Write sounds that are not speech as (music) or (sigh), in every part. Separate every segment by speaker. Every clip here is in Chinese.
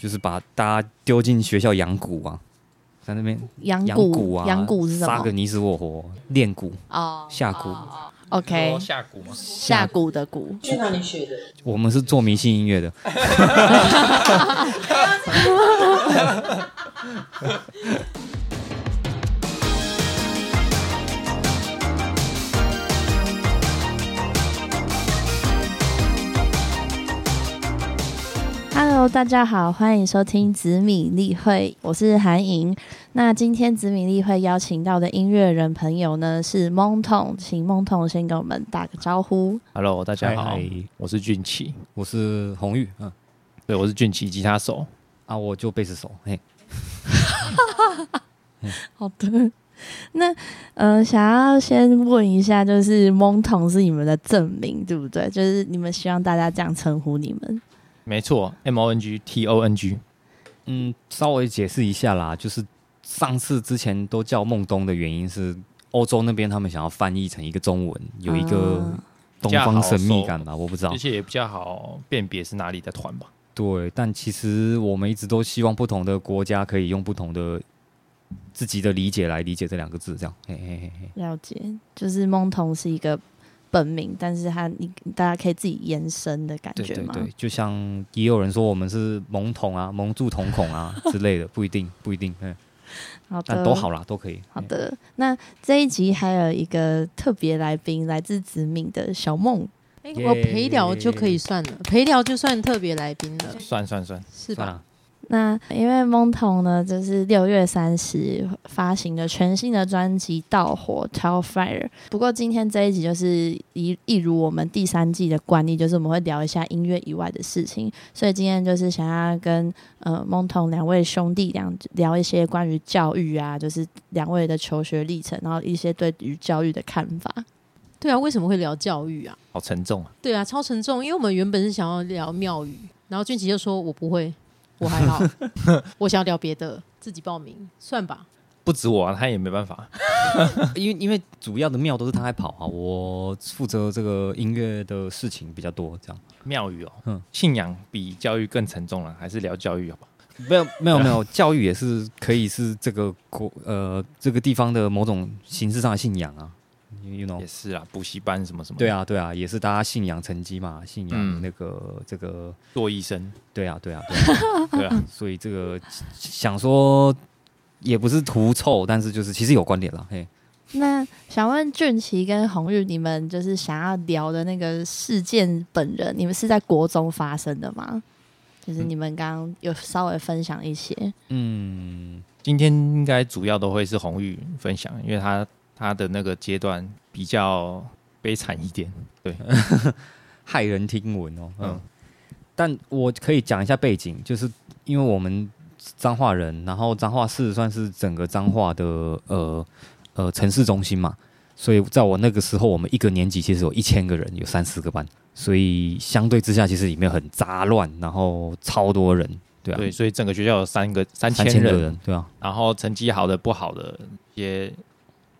Speaker 1: 就是把大家丢进学校养蛊啊，在那边
Speaker 2: 养
Speaker 1: 养
Speaker 2: 蛊
Speaker 1: 啊，
Speaker 2: 养蛊是什
Speaker 1: 杀个
Speaker 2: 么？
Speaker 1: 你死我活，练蛊、
Speaker 2: 哦
Speaker 1: 下蛊。
Speaker 2: ，OK，
Speaker 3: 说下蛊吗？
Speaker 2: 下蛊的蛊。
Speaker 4: 去哪里学的？
Speaker 1: 我们是做迷信音乐的，
Speaker 2: Hello，大家好，欢迎收听紫米例会，我是韩莹。那今天紫米例会邀请到的音乐人朋友呢是梦童，请梦童先跟我们打个招呼。
Speaker 3: Hello，大家哎好
Speaker 1: 嗨嗨
Speaker 3: 我是俊奇，
Speaker 1: 哎我是红玉，嗯，
Speaker 3: 对，我是俊奇吉他手。
Speaker 1: 啊，我就贝斯手，嘿，
Speaker 2: 好的， (laughs) 那呃，想要先问一下，就是梦童是你们的正名对不对？就是你们希望大家这样称呼你们。
Speaker 3: 没错，M O N G T O N G，
Speaker 1: 嗯，稍微解释一下啦，就是上次之前都叫孟东的原因是欧洲那边他们想要翻译成一个中文，有一个
Speaker 2: 啊
Speaker 1: 东方神秘感吧，我不知道
Speaker 3: 而。且也比较好辨别是哪里的团吧。
Speaker 1: 对，但其实我们一直都希望不同的国家可以用不同的自己的理解来理解这两个字，这样，嘿嘿嘿嘿，
Speaker 2: 了解，就是梦童是一个本名，但是他你大家可以自己延伸的感
Speaker 1: 对
Speaker 2: 觉
Speaker 1: 对
Speaker 2: 吗？
Speaker 1: 对，就像也有人说我们是蒙童啊、蒙住瞳孔啊之类的，不一定，不一定，嗯，
Speaker 2: 好的，
Speaker 1: 但
Speaker 4: 呃
Speaker 1: 都好啦，都可以。
Speaker 2: 好的，那这一集还有一个特别来宾，来自子敏的小梦，
Speaker 4: 哎、
Speaker 1: 耶
Speaker 4: 我陪聊就可以算了，陪聊就算特别来宾了，
Speaker 3: 算算算，
Speaker 4: 是
Speaker 1: 算
Speaker 4: 吧？
Speaker 1: 了，
Speaker 2: 那因为梦童呢，就是六月三十发行的全新的专辑《盗火 Tell Fire》。不过今天这一集就是一一如我们第三季的惯例，就是我们会聊一下音乐以外的事情。所以今天就是想要跟呃梦童两位兄弟两聊一些关于教育啊，就是两位的求学历程，然后一些对于教育的看法。
Speaker 4: 对啊，为什么会聊教育啊？
Speaker 3: 好沉重啊！
Speaker 4: 对啊，超沉重，因为我们原本是想要聊庙宇，然后俊奇就说我不会，我还
Speaker 1: (laughs)
Speaker 4: 好，我想要聊别的，自己报名算吧。
Speaker 3: 不止我、啊，他也没办法。
Speaker 1: (laughs) 因为因为主要的庙都是他在跑啊，我负责这个音乐的事情比较多，这样。
Speaker 3: 庙宇哦，
Speaker 1: 嗯
Speaker 3: 信仰比教育更沉重了，还是聊教育好吧？
Speaker 1: 没有没有没有，教育也是可以是这个国呃这个地方的某种形式上的信仰啊，you you know
Speaker 3: 也。是啊，补习班什么什么，
Speaker 1: 对，啊，对啊，也是大家信仰成绩嘛，信仰
Speaker 3: 嗯
Speaker 1: 那个、这个，
Speaker 3: 做医生，
Speaker 1: 对啊，对啊，对啊
Speaker 3: 对啊，
Speaker 1: 所以这个 (laughs) 想说也不是图臭，但是就是其实有关联啦，嘿，
Speaker 2: 那想问俊奇跟红玉，你们就是想要聊的那个事件本人，你们是在国中发生的吗？就是你们刚刚有稍微分享一些，
Speaker 1: 嗯，
Speaker 3: 今天应该主要都会是红玉分享，因为他他的那个阶段比较悲惨一点。
Speaker 1: (laughs) 骇人听闻哦，嗯
Speaker 3: 嗯，
Speaker 1: 但我可以讲一下背景，就是因为我们彰化人，然后彰化市算是整个彰化的呃呃城市中心嘛，所以在我那个时候，我们一个年级其实有一千个人，有三十个班，所以相对之下，其实里面很杂乱，然后超多人，对啊，
Speaker 3: 对，所以整个学校有三个三
Speaker 1: 三
Speaker 3: 千
Speaker 1: 千
Speaker 3: 人，
Speaker 1: 个人，对啊，
Speaker 3: 然后成绩好的、不好的一些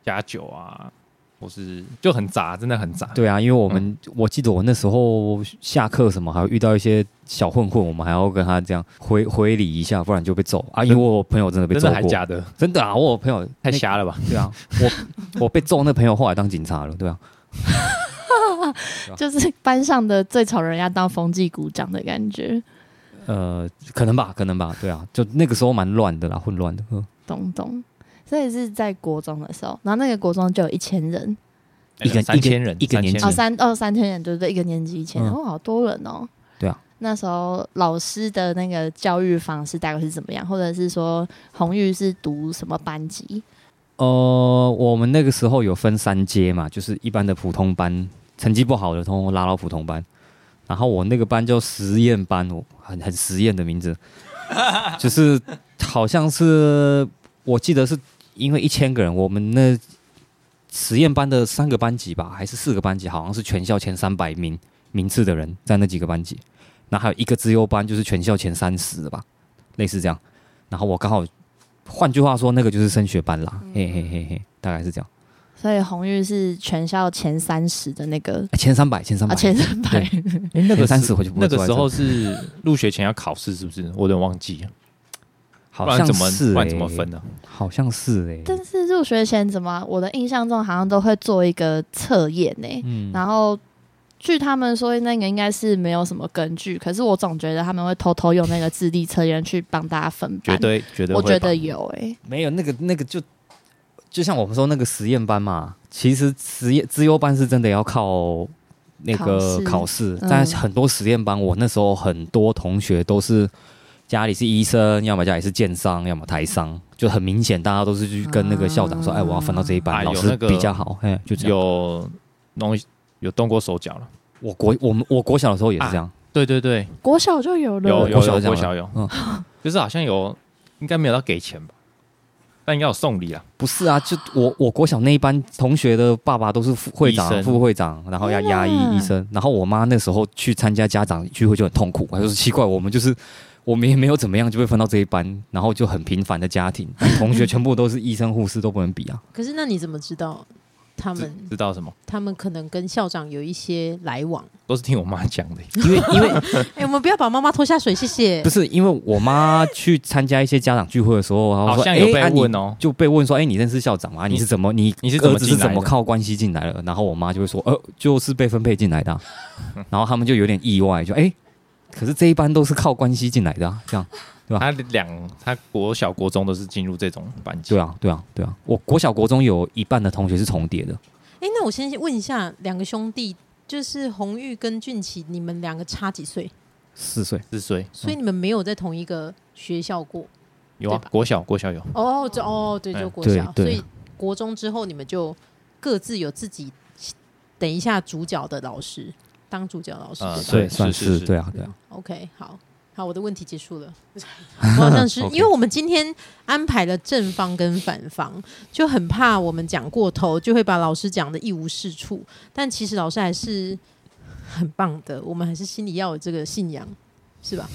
Speaker 3: 加酒啊，或是就很杂，真的很杂。
Speaker 1: 对啊，因为我们、
Speaker 3: 嗯
Speaker 1: 我记得我那时候下课什么，还会遇到一些小混混，我们还要跟他这样回回礼一下，不然就被揍啊。因为我朋友真的被
Speaker 3: 真
Speaker 1: 揍
Speaker 3: 的还
Speaker 1: 过，
Speaker 3: 假的，
Speaker 1: 真的啊，我有朋友
Speaker 3: 太
Speaker 1: 那
Speaker 3: 瞎了吧？
Speaker 1: 对
Speaker 3: (laughs)
Speaker 1: 啊，我我被揍那朋友后来当警察了，对啊，
Speaker 2: 就是班上的最吵人要当风纪股长的感觉，
Speaker 1: 呃，可能吧，可能吧，对啊，就那个时候蛮乱的啦，混乱的。嗯
Speaker 2: 懂懂。所以是在国中的时候，然后那个国中就有一千人，
Speaker 1: 一个
Speaker 3: 哎三千人，
Speaker 1: 一个一个年纪
Speaker 2: 哦，
Speaker 3: 3000人
Speaker 2: 三哦三千人，对不对？一个年级一千
Speaker 1: 嗯
Speaker 2: 人，哦，好多人哦。
Speaker 1: 对啊。
Speaker 2: 那时候老师的那个教育方式大概是怎么样，或者是说红玉是读什么班级？
Speaker 1: 呃，我们那个时候有分三阶嘛，就是一般的普通班，成绩不好的通通拉到普通班，然后我那个班叫实验班，我很很实验的名字， (laughs) 就是好像是我记得是因为一千个人，我们那实验班的三个班级吧，还是四个班级，好像是全校前三百名名次的人在那几个班级，然后还有一个资优班，就是全校前三十的吧，类似这样。
Speaker 2: 嗯
Speaker 1: 然后我刚好，换句话说，那个就是升学班啦，嘿嘿嘿嘿，大概是这样。
Speaker 2: 所以红玉是全校前三十的那个，
Speaker 1: 哎前三百，前三
Speaker 2: 啊，
Speaker 1: 百，
Speaker 2: 前三百
Speaker 1: 对哎那
Speaker 3: 那个
Speaker 1: 三
Speaker 3: 时
Speaker 1: 十我就不会
Speaker 3: 啊那
Speaker 1: 坐在
Speaker 3: 个时
Speaker 1: 这
Speaker 3: 候是入学前要考试，是不是？我有点忘记了，不
Speaker 1: 好
Speaker 3: 然
Speaker 1: 像
Speaker 3: 怎么
Speaker 1: 是
Speaker 3: 不
Speaker 1: 哎
Speaker 3: 然怎么分呢？
Speaker 1: 好像是哎，
Speaker 2: (laughs) 但是入学前怎么，我的印象中好像都会做一个测验呢、
Speaker 1: 嗯
Speaker 2: 然后据他们说，那个应该是没有什么根据，可是我总觉得他们会偷偷用那个智力测验去帮大家分
Speaker 3: 绝
Speaker 2: 班。
Speaker 3: 对绝对
Speaker 2: 我
Speaker 3: 会吧，
Speaker 2: 觉得有欸诶、
Speaker 1: 没有那个那个就就像我们说那个实验班嘛，其实实验资优班是真的要靠那个
Speaker 2: 考
Speaker 1: 考试，
Speaker 2: 嗯
Speaker 1: 但很多实验班，我那时候很多同学都是家里是医生，要么家里是建商，要么台商，就很明显大家都是去跟那个校长说，
Speaker 2: 啊
Speaker 1: 哎，我要分到这一班，
Speaker 3: 啊
Speaker 1: 老
Speaker 3: 有
Speaker 1: 师
Speaker 3: 那个
Speaker 1: 比较好，哎，就这样。
Speaker 3: 有弄有动过手脚了。
Speaker 1: 我国我们我国小的时候也是这样，
Speaker 3: 对对对，
Speaker 2: 国小就有了，
Speaker 3: 有有
Speaker 1: 国小
Speaker 3: 有
Speaker 1: 这样
Speaker 3: 国
Speaker 1: 吗
Speaker 3: 小有
Speaker 1: 嗯，
Speaker 3: 就是好像有，应该没有到给钱吧，但应该有送礼啊。
Speaker 1: 不是啊，就我我国小那一班同学的爸爸都是副会
Speaker 3: 医生
Speaker 1: 长、啊副会长，然后要
Speaker 2: 天哪
Speaker 1: 牙医医生，然后我妈那时候去参加家长聚会就很痛苦，她就是奇怪，我们就是我们也没有怎么样就被分到这一班，然后就很平凡的家庭，同学全部都是医生护士都不能比啊，
Speaker 4: 可是那你怎么知道他
Speaker 3: 知
Speaker 4: 们
Speaker 3: 知道什么？
Speaker 4: 他们可能跟校长有一些来往？
Speaker 3: 都是听我妈讲的。
Speaker 1: 因为因为
Speaker 4: 哎、我们不要把妈妈拖下水，谢谢
Speaker 1: 不。是因为我妈去参加一些家长聚会的时候，然后
Speaker 3: 好
Speaker 1: 说
Speaker 3: 像有
Speaker 1: 哎啊
Speaker 3: 被
Speaker 1: 你
Speaker 3: 问哦，
Speaker 1: 就被问说：“哎、你认识校长吗？啊你是怎么你
Speaker 3: 你是怎么
Speaker 1: 儿子是
Speaker 3: 进来的
Speaker 1: 怎么靠关系进来了？”然后我妈就会说：“呃，就是被分配进来的
Speaker 3: (laughs)
Speaker 1: 啊、然后他们就有点意外，就哎、可是这一班都是靠关系进来的啊，这样
Speaker 3: 他两他国小国中都是进入这种班级
Speaker 1: 对。啊，对啊，对啊。我国小国中有一半的同学是重叠的，
Speaker 4: 哎、那我先问一下，两个兄弟就是红玉跟俊奇，你们两个差几岁？
Speaker 1: 四岁。
Speaker 3: 四岁
Speaker 4: 所以你们没有在同一个学校过？
Speaker 3: 有啊
Speaker 4: 对吧，
Speaker 3: 国小国小
Speaker 1: 嗯
Speaker 3: 有，
Speaker 4: 哦，这哦，对，
Speaker 3: 哎
Speaker 4: 就国
Speaker 1: 对
Speaker 4: 小，
Speaker 1: 对
Speaker 4: 所以国中之后你们就各自有自己等一下主角的老师当主角老师，
Speaker 1: 啊
Speaker 3: 呃
Speaker 4: 吧
Speaker 3: 对是
Speaker 1: 算
Speaker 3: 是是
Speaker 1: 对啊，对啊
Speaker 4: 嗯。OK，好。好，我的问题结
Speaker 1: (laughs)
Speaker 4: 束了。我好像是
Speaker 1: OK
Speaker 4: 因为我们今天安排了正方跟反方，就很怕我们讲过头，就会把老师讲的一无是处。但其实老师还是很棒的，我们还是心里要有这个信仰，是吧？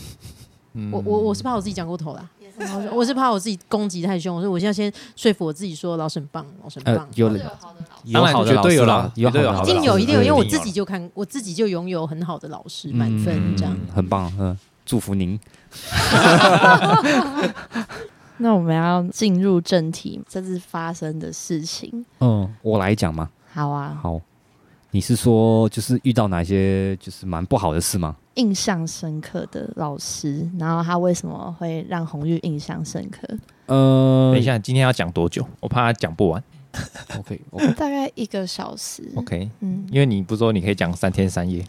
Speaker 3: 嗯
Speaker 4: 我我我是怕我自己讲过头啦，
Speaker 2: 啊
Speaker 4: 我我是怕我自己攻击太凶，所以我现在先说服我自己说老师很棒，老师很棒
Speaker 1: 呃，，有有
Speaker 3: 当然
Speaker 1: 好的
Speaker 3: 绝
Speaker 1: 老
Speaker 3: 对
Speaker 1: 师
Speaker 3: 有
Speaker 1: 啦
Speaker 3: 啦，
Speaker 1: 有好
Speaker 3: 绝对
Speaker 1: 的
Speaker 3: 有
Speaker 1: 老
Speaker 4: 一
Speaker 1: 师，啊
Speaker 4: 定有，一定有，
Speaker 1: 对
Speaker 4: 因为我
Speaker 3: 一定有
Speaker 4: 自己就看，我自己就拥有很好的老师，满分这样。
Speaker 1: 嗯很棒，嗯，祝福您。
Speaker 2: 那我们要进入正题，这次发生的事情。
Speaker 1: 嗯，我来讲嘛。
Speaker 2: 好啊，
Speaker 1: 好，你是说就是遇到哪些就是蛮不好的事吗？
Speaker 2: 印象深刻的老师，然后他为什么会让红玉印象深刻？
Speaker 1: 呃，
Speaker 3: 等一下，今天要讲多久？我怕他讲不完。
Speaker 1: ，OK，
Speaker 2: 大概一个小时。
Speaker 3: OK，
Speaker 2: 嗯，
Speaker 3: 因为你不是说你可以讲三天
Speaker 1: (laughs)
Speaker 3: 三夜，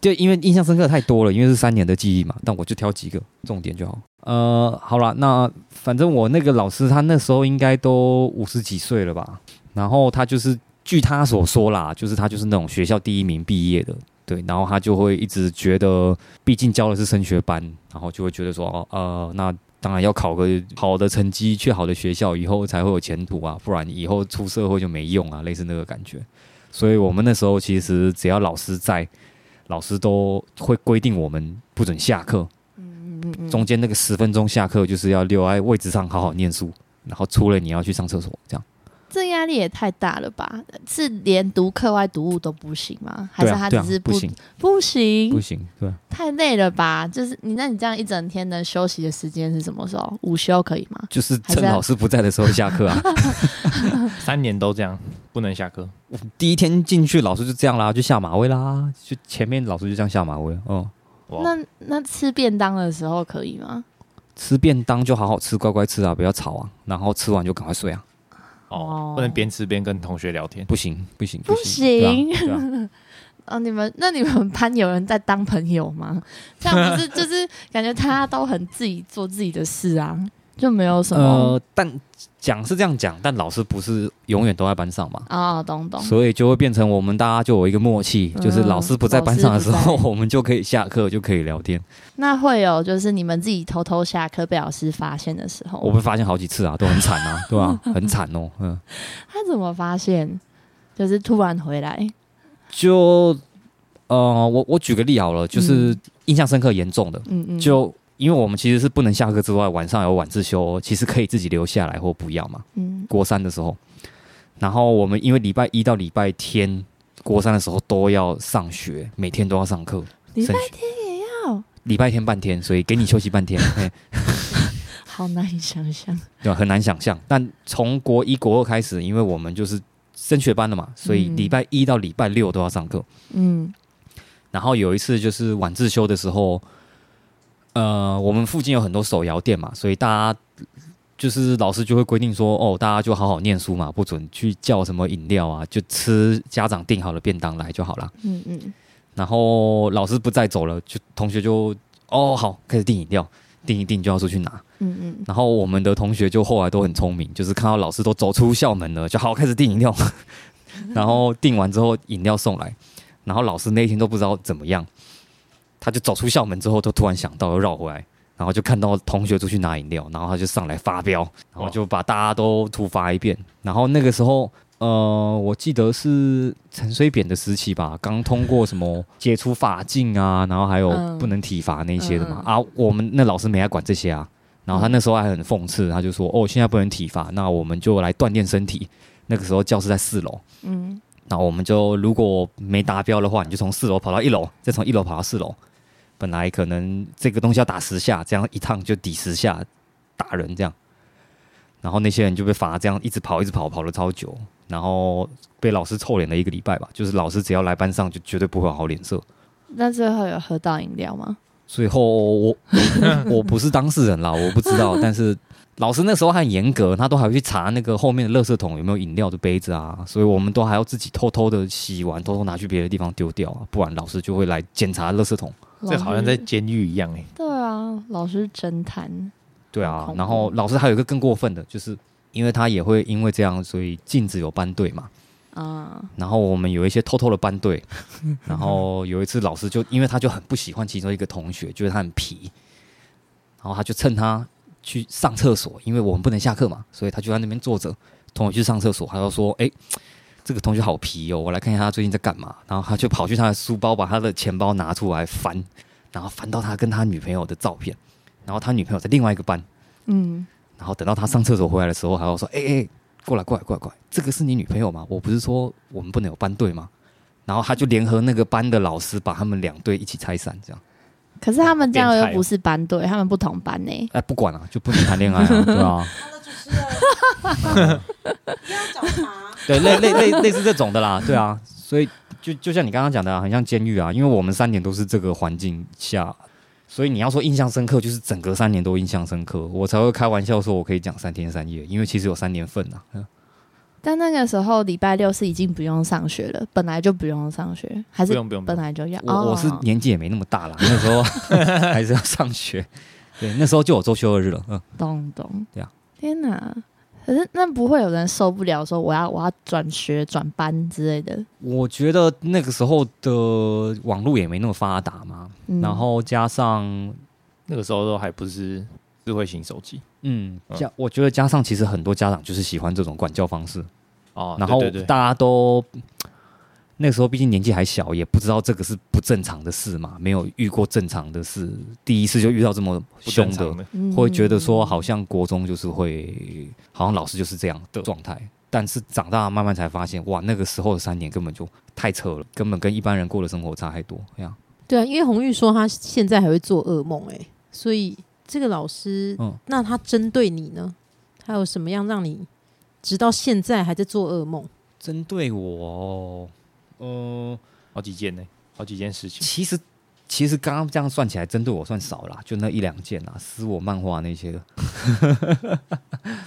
Speaker 1: 就因为印象深刻太多了，因为是三年的记忆嘛，但我就挑几个重点就好。呃，好了，那反正我那个老师他那时候应该都五十几岁了吧，然后他就是据他所说啦，就是他就是那种学校第一名毕业的，对，然后他就会一直觉得，毕竟教的是升学班，然后就会觉得说，哦，呃，那当然要考个好的成绩，去好的学校，以后才会有前途啊，不然以后出社会就没用啊，类似那个感觉。所以我们那时候其实只要老师在，老师都会规定我们不准下课，
Speaker 2: 嗯
Speaker 1: 中间那个十分钟下课就是要留在位置上好好念书，然后出了你要去上厕所，这样。
Speaker 2: 这压力也太大了吧？是连读课外读物都不行吗？还
Speaker 1: 对
Speaker 2: 是
Speaker 1: 啊，
Speaker 2: 他
Speaker 1: 对
Speaker 2: 只
Speaker 1: 啊
Speaker 2: 是，
Speaker 1: 不行，
Speaker 2: 不行
Speaker 1: 不行，对啊。
Speaker 2: 太累了吧？就是你，那你这样一整天的休息的时间是什么时候？午休可以吗？
Speaker 1: 就是
Speaker 2: 还
Speaker 1: 趁
Speaker 2: 是要
Speaker 1: 老师不在的时候下
Speaker 2: (laughs)
Speaker 1: 课啊。
Speaker 3: 三年都这样，不能下课。
Speaker 1: 第一天进去，老师就这样啦，就下马威啦，就前面老师就这样下马威，嗯。
Speaker 3: 哇，
Speaker 2: 那那吃便当的时候可以吗？
Speaker 1: 吃便当就好好吃，乖乖吃啊，不要吵啊。然后吃完就赶快睡啊，
Speaker 3: 哦，不能边吃边跟同学聊天。
Speaker 1: 不行不行
Speaker 2: 不
Speaker 1: 行，对啊
Speaker 2: (laughs)
Speaker 1: 对啊
Speaker 2: 啊，你们那你们 (laughs) 班有人在当朋友吗？这样不是就是感觉大家都很自己做自己的事啊，就没有什么
Speaker 1: 呃，但讲是这样讲，但老师不是永远都在班上嘛，
Speaker 3: 呃
Speaker 2: 啊、哦，懂懂。
Speaker 1: 所以就会变成我们大家就有一个默契，
Speaker 2: 嗯
Speaker 1: 就是老师不在班上的时候
Speaker 2: 老师，
Speaker 1: (laughs)
Speaker 2: 不
Speaker 1: 我们就可以下课就可以聊天。
Speaker 2: 那会有就是你们自己偷偷下课被老师发现的时候，
Speaker 1: 我被发现好几次啊，都很惨啊，
Speaker 2: (laughs)
Speaker 1: 对吧、很惨哦，嗯，
Speaker 2: 他怎么发现？就是突然回来，
Speaker 1: 就呃，我我举个例好了，就是印象深刻严重的，
Speaker 2: 嗯嗯，
Speaker 1: 就因为我们其实是不能下哦课之外，晚上有晚自修，其实可以自己留下来或不要嘛。
Speaker 2: 嗯
Speaker 1: 国三的时候，然后我们因为礼拜一到礼拜天，国三的时候都要上学，每天都要上课。
Speaker 2: 礼拜
Speaker 1: 天也要？礼拜天半天，所以给你休息半天， (laughs) 嘿
Speaker 2: 好难以想象。
Speaker 1: 对吧？很难想象。但从国一、国二开始，因为我们就是升学班了嘛，所以
Speaker 2: 嗯
Speaker 1: 礼拜一到礼拜六都要上课。
Speaker 2: 嗯
Speaker 1: 然后有一次就是晚自修的时候，呃，我们附近有很多手摇店嘛，所以大家就是老师就会规定说，哦，大家就好好念书嘛，不准去叫什么饮料啊，就吃家长订好的便当来就好啦。
Speaker 2: 嗯嗯，
Speaker 1: 然后老师不再走了，就同学就哦好开始订饮料，订一订就要出去拿。
Speaker 2: 嗯嗯，
Speaker 1: 然后我们的同学就后来都很聪明，就是看到老师都走出校门了，就好开始订饮料， (laughs) 然后订完之后饮料送来，然后老师那一天都不知道怎么样，他就走出校门之后，就突然想到又绕回来，然后就看到同学出去拿饮料，然后他就上来发飙，然后就把大家都处罚一遍。然后那个时候，呃，我记得是陈水扁的时期吧，刚通过什么解除法禁啊，然后还有
Speaker 2: 嗯
Speaker 1: 不能体罚那些的嘛
Speaker 2: 嗯。
Speaker 1: 啊，我们那老师没来管这些啊。然后他那时候还很讽刺，他就说：“哦，现在不能体罚，那我们就来锻炼身体。”那个时候教室在四楼，
Speaker 2: 嗯，
Speaker 1: 然后我们就如果没达标的话，你就从四楼跑到一楼，再从一楼跑到四楼。本来可能这个东西要打十下，这样一趟就抵十下打人这样。然后那些人就被罚这样一直跑，一直跑，跑了超久，然后被老师臭脸了一个礼拜吧。就是老师只要来班上，就绝对不会有好脸色。
Speaker 2: 那最后有喝到饮料吗？
Speaker 1: 最后我我不是当事人啦，我不知道，但是老师那时候还很严格，他都还会去查那个后面的垃圾桶有没有饮料的杯子啊，所以我们都还要自己偷偷的洗完，偷偷拿去别的地方丢掉啊，不然老师就会来检查垃圾桶。
Speaker 3: 这好像在
Speaker 2: 老师
Speaker 3: 监狱一样哎、
Speaker 2: 对啊，老师侦探，
Speaker 1: 对
Speaker 2: 好
Speaker 1: 啊
Speaker 2: 恐，怖
Speaker 1: 然后老师还有一个更过分的，就是因为他也会因为这样，所以禁止有班队嘛。
Speaker 2: 啊，
Speaker 1: 然后我们有一些偷偷的班
Speaker 2: (laughs)
Speaker 1: 队，然后有一次老师就因为他就很不喜欢其中一个同学，觉得他很皮，然后他就趁他去上厕所，因为我们不能下课嘛，所以他就在那边坐着，同学去上厕所，他就说：“哎、这个同学好皮哦，我来看一下他最近在干嘛。”然后他就跑去他的书包，把他的钱包拿出来翻，然后翻到他跟他女朋友的照片，然后他女朋友在另外一个班，
Speaker 2: 嗯，
Speaker 1: 然后等到他上厕所回来的时候，还要说：“哎、哎、过来过来过来过来，这个是你女朋友吗？我不是说我们不能有班队吗？”然后他就联合那个班的老师，把他们两队一起拆散，这样
Speaker 2: 可是他们这样
Speaker 3: 变
Speaker 2: 又
Speaker 3: 态哦
Speaker 2: 不是班队，他们不同班呢。
Speaker 1: 哎，不管了、就不能谈恋爱啊，对啊，
Speaker 4: (laughs) 不要找茬。
Speaker 1: (laughs) 对，类类类类似这种的啦， (laughs) 对啊，所以就就像你刚刚讲的、啊，很像监狱啊，因为我们三年都是这个环境下，所以你要说印象深刻，就是整个三年都印象深刻，我才会开玩笑说我可以讲三天三夜，因为其实有三年份啊，嗯
Speaker 2: 但那个时候礼拜六是已经不用上学了，本来就不用上学，还
Speaker 3: 不
Speaker 2: 是
Speaker 3: 用不用不
Speaker 2: 本
Speaker 3: 用，
Speaker 2: 来就要？
Speaker 1: 我
Speaker 2: 哦
Speaker 1: 我是年纪也没那么大了，那时 (laughs) 候还是要上学。对，那时候就有周休二日了。嗯，
Speaker 2: 懂懂，
Speaker 1: 对啊
Speaker 2: 天哪！可是那不会有人受不了说我要我要转学转班之类的，
Speaker 1: 我觉得那个时候的网络也没那么发达嘛，
Speaker 2: 嗯
Speaker 1: 然后加上
Speaker 3: 那个时候都还不是智慧型手机
Speaker 1: 嗯
Speaker 3: 嗯
Speaker 1: 加，我觉得加上其实很多家长就是喜欢这种管教方式，
Speaker 3: 哦。
Speaker 1: 然后
Speaker 3: 对对对，
Speaker 1: 大家都。那时候毕竟年纪还小，也不知道这个是不正常的事嘛，没有遇过正常的事，第一次就遇到这么
Speaker 3: 不
Speaker 1: 凶
Speaker 3: 正
Speaker 1: 的
Speaker 3: 常，的，
Speaker 2: 嗯
Speaker 1: 会觉得说好像国中就是会，好像老师就是这样的状态。但是长大慢慢才发现，哇，那个时候的三年根本就太扯了，根本跟一般人过的生活差太多。哎呀，
Speaker 4: 对啊，因为红玉说她现在还会做噩梦、哎，所以这个老师，
Speaker 1: 嗯
Speaker 4: 那他针对你呢？他有什么样让你直到现在还在做噩梦？
Speaker 1: 针对我，呃，
Speaker 3: 好几件呢、好几件
Speaker 1: (laughs)
Speaker 3: 事情。
Speaker 1: 其实其实刚刚这样算起来，针对我算少啦，就那一两件啦，撕我漫画那些的。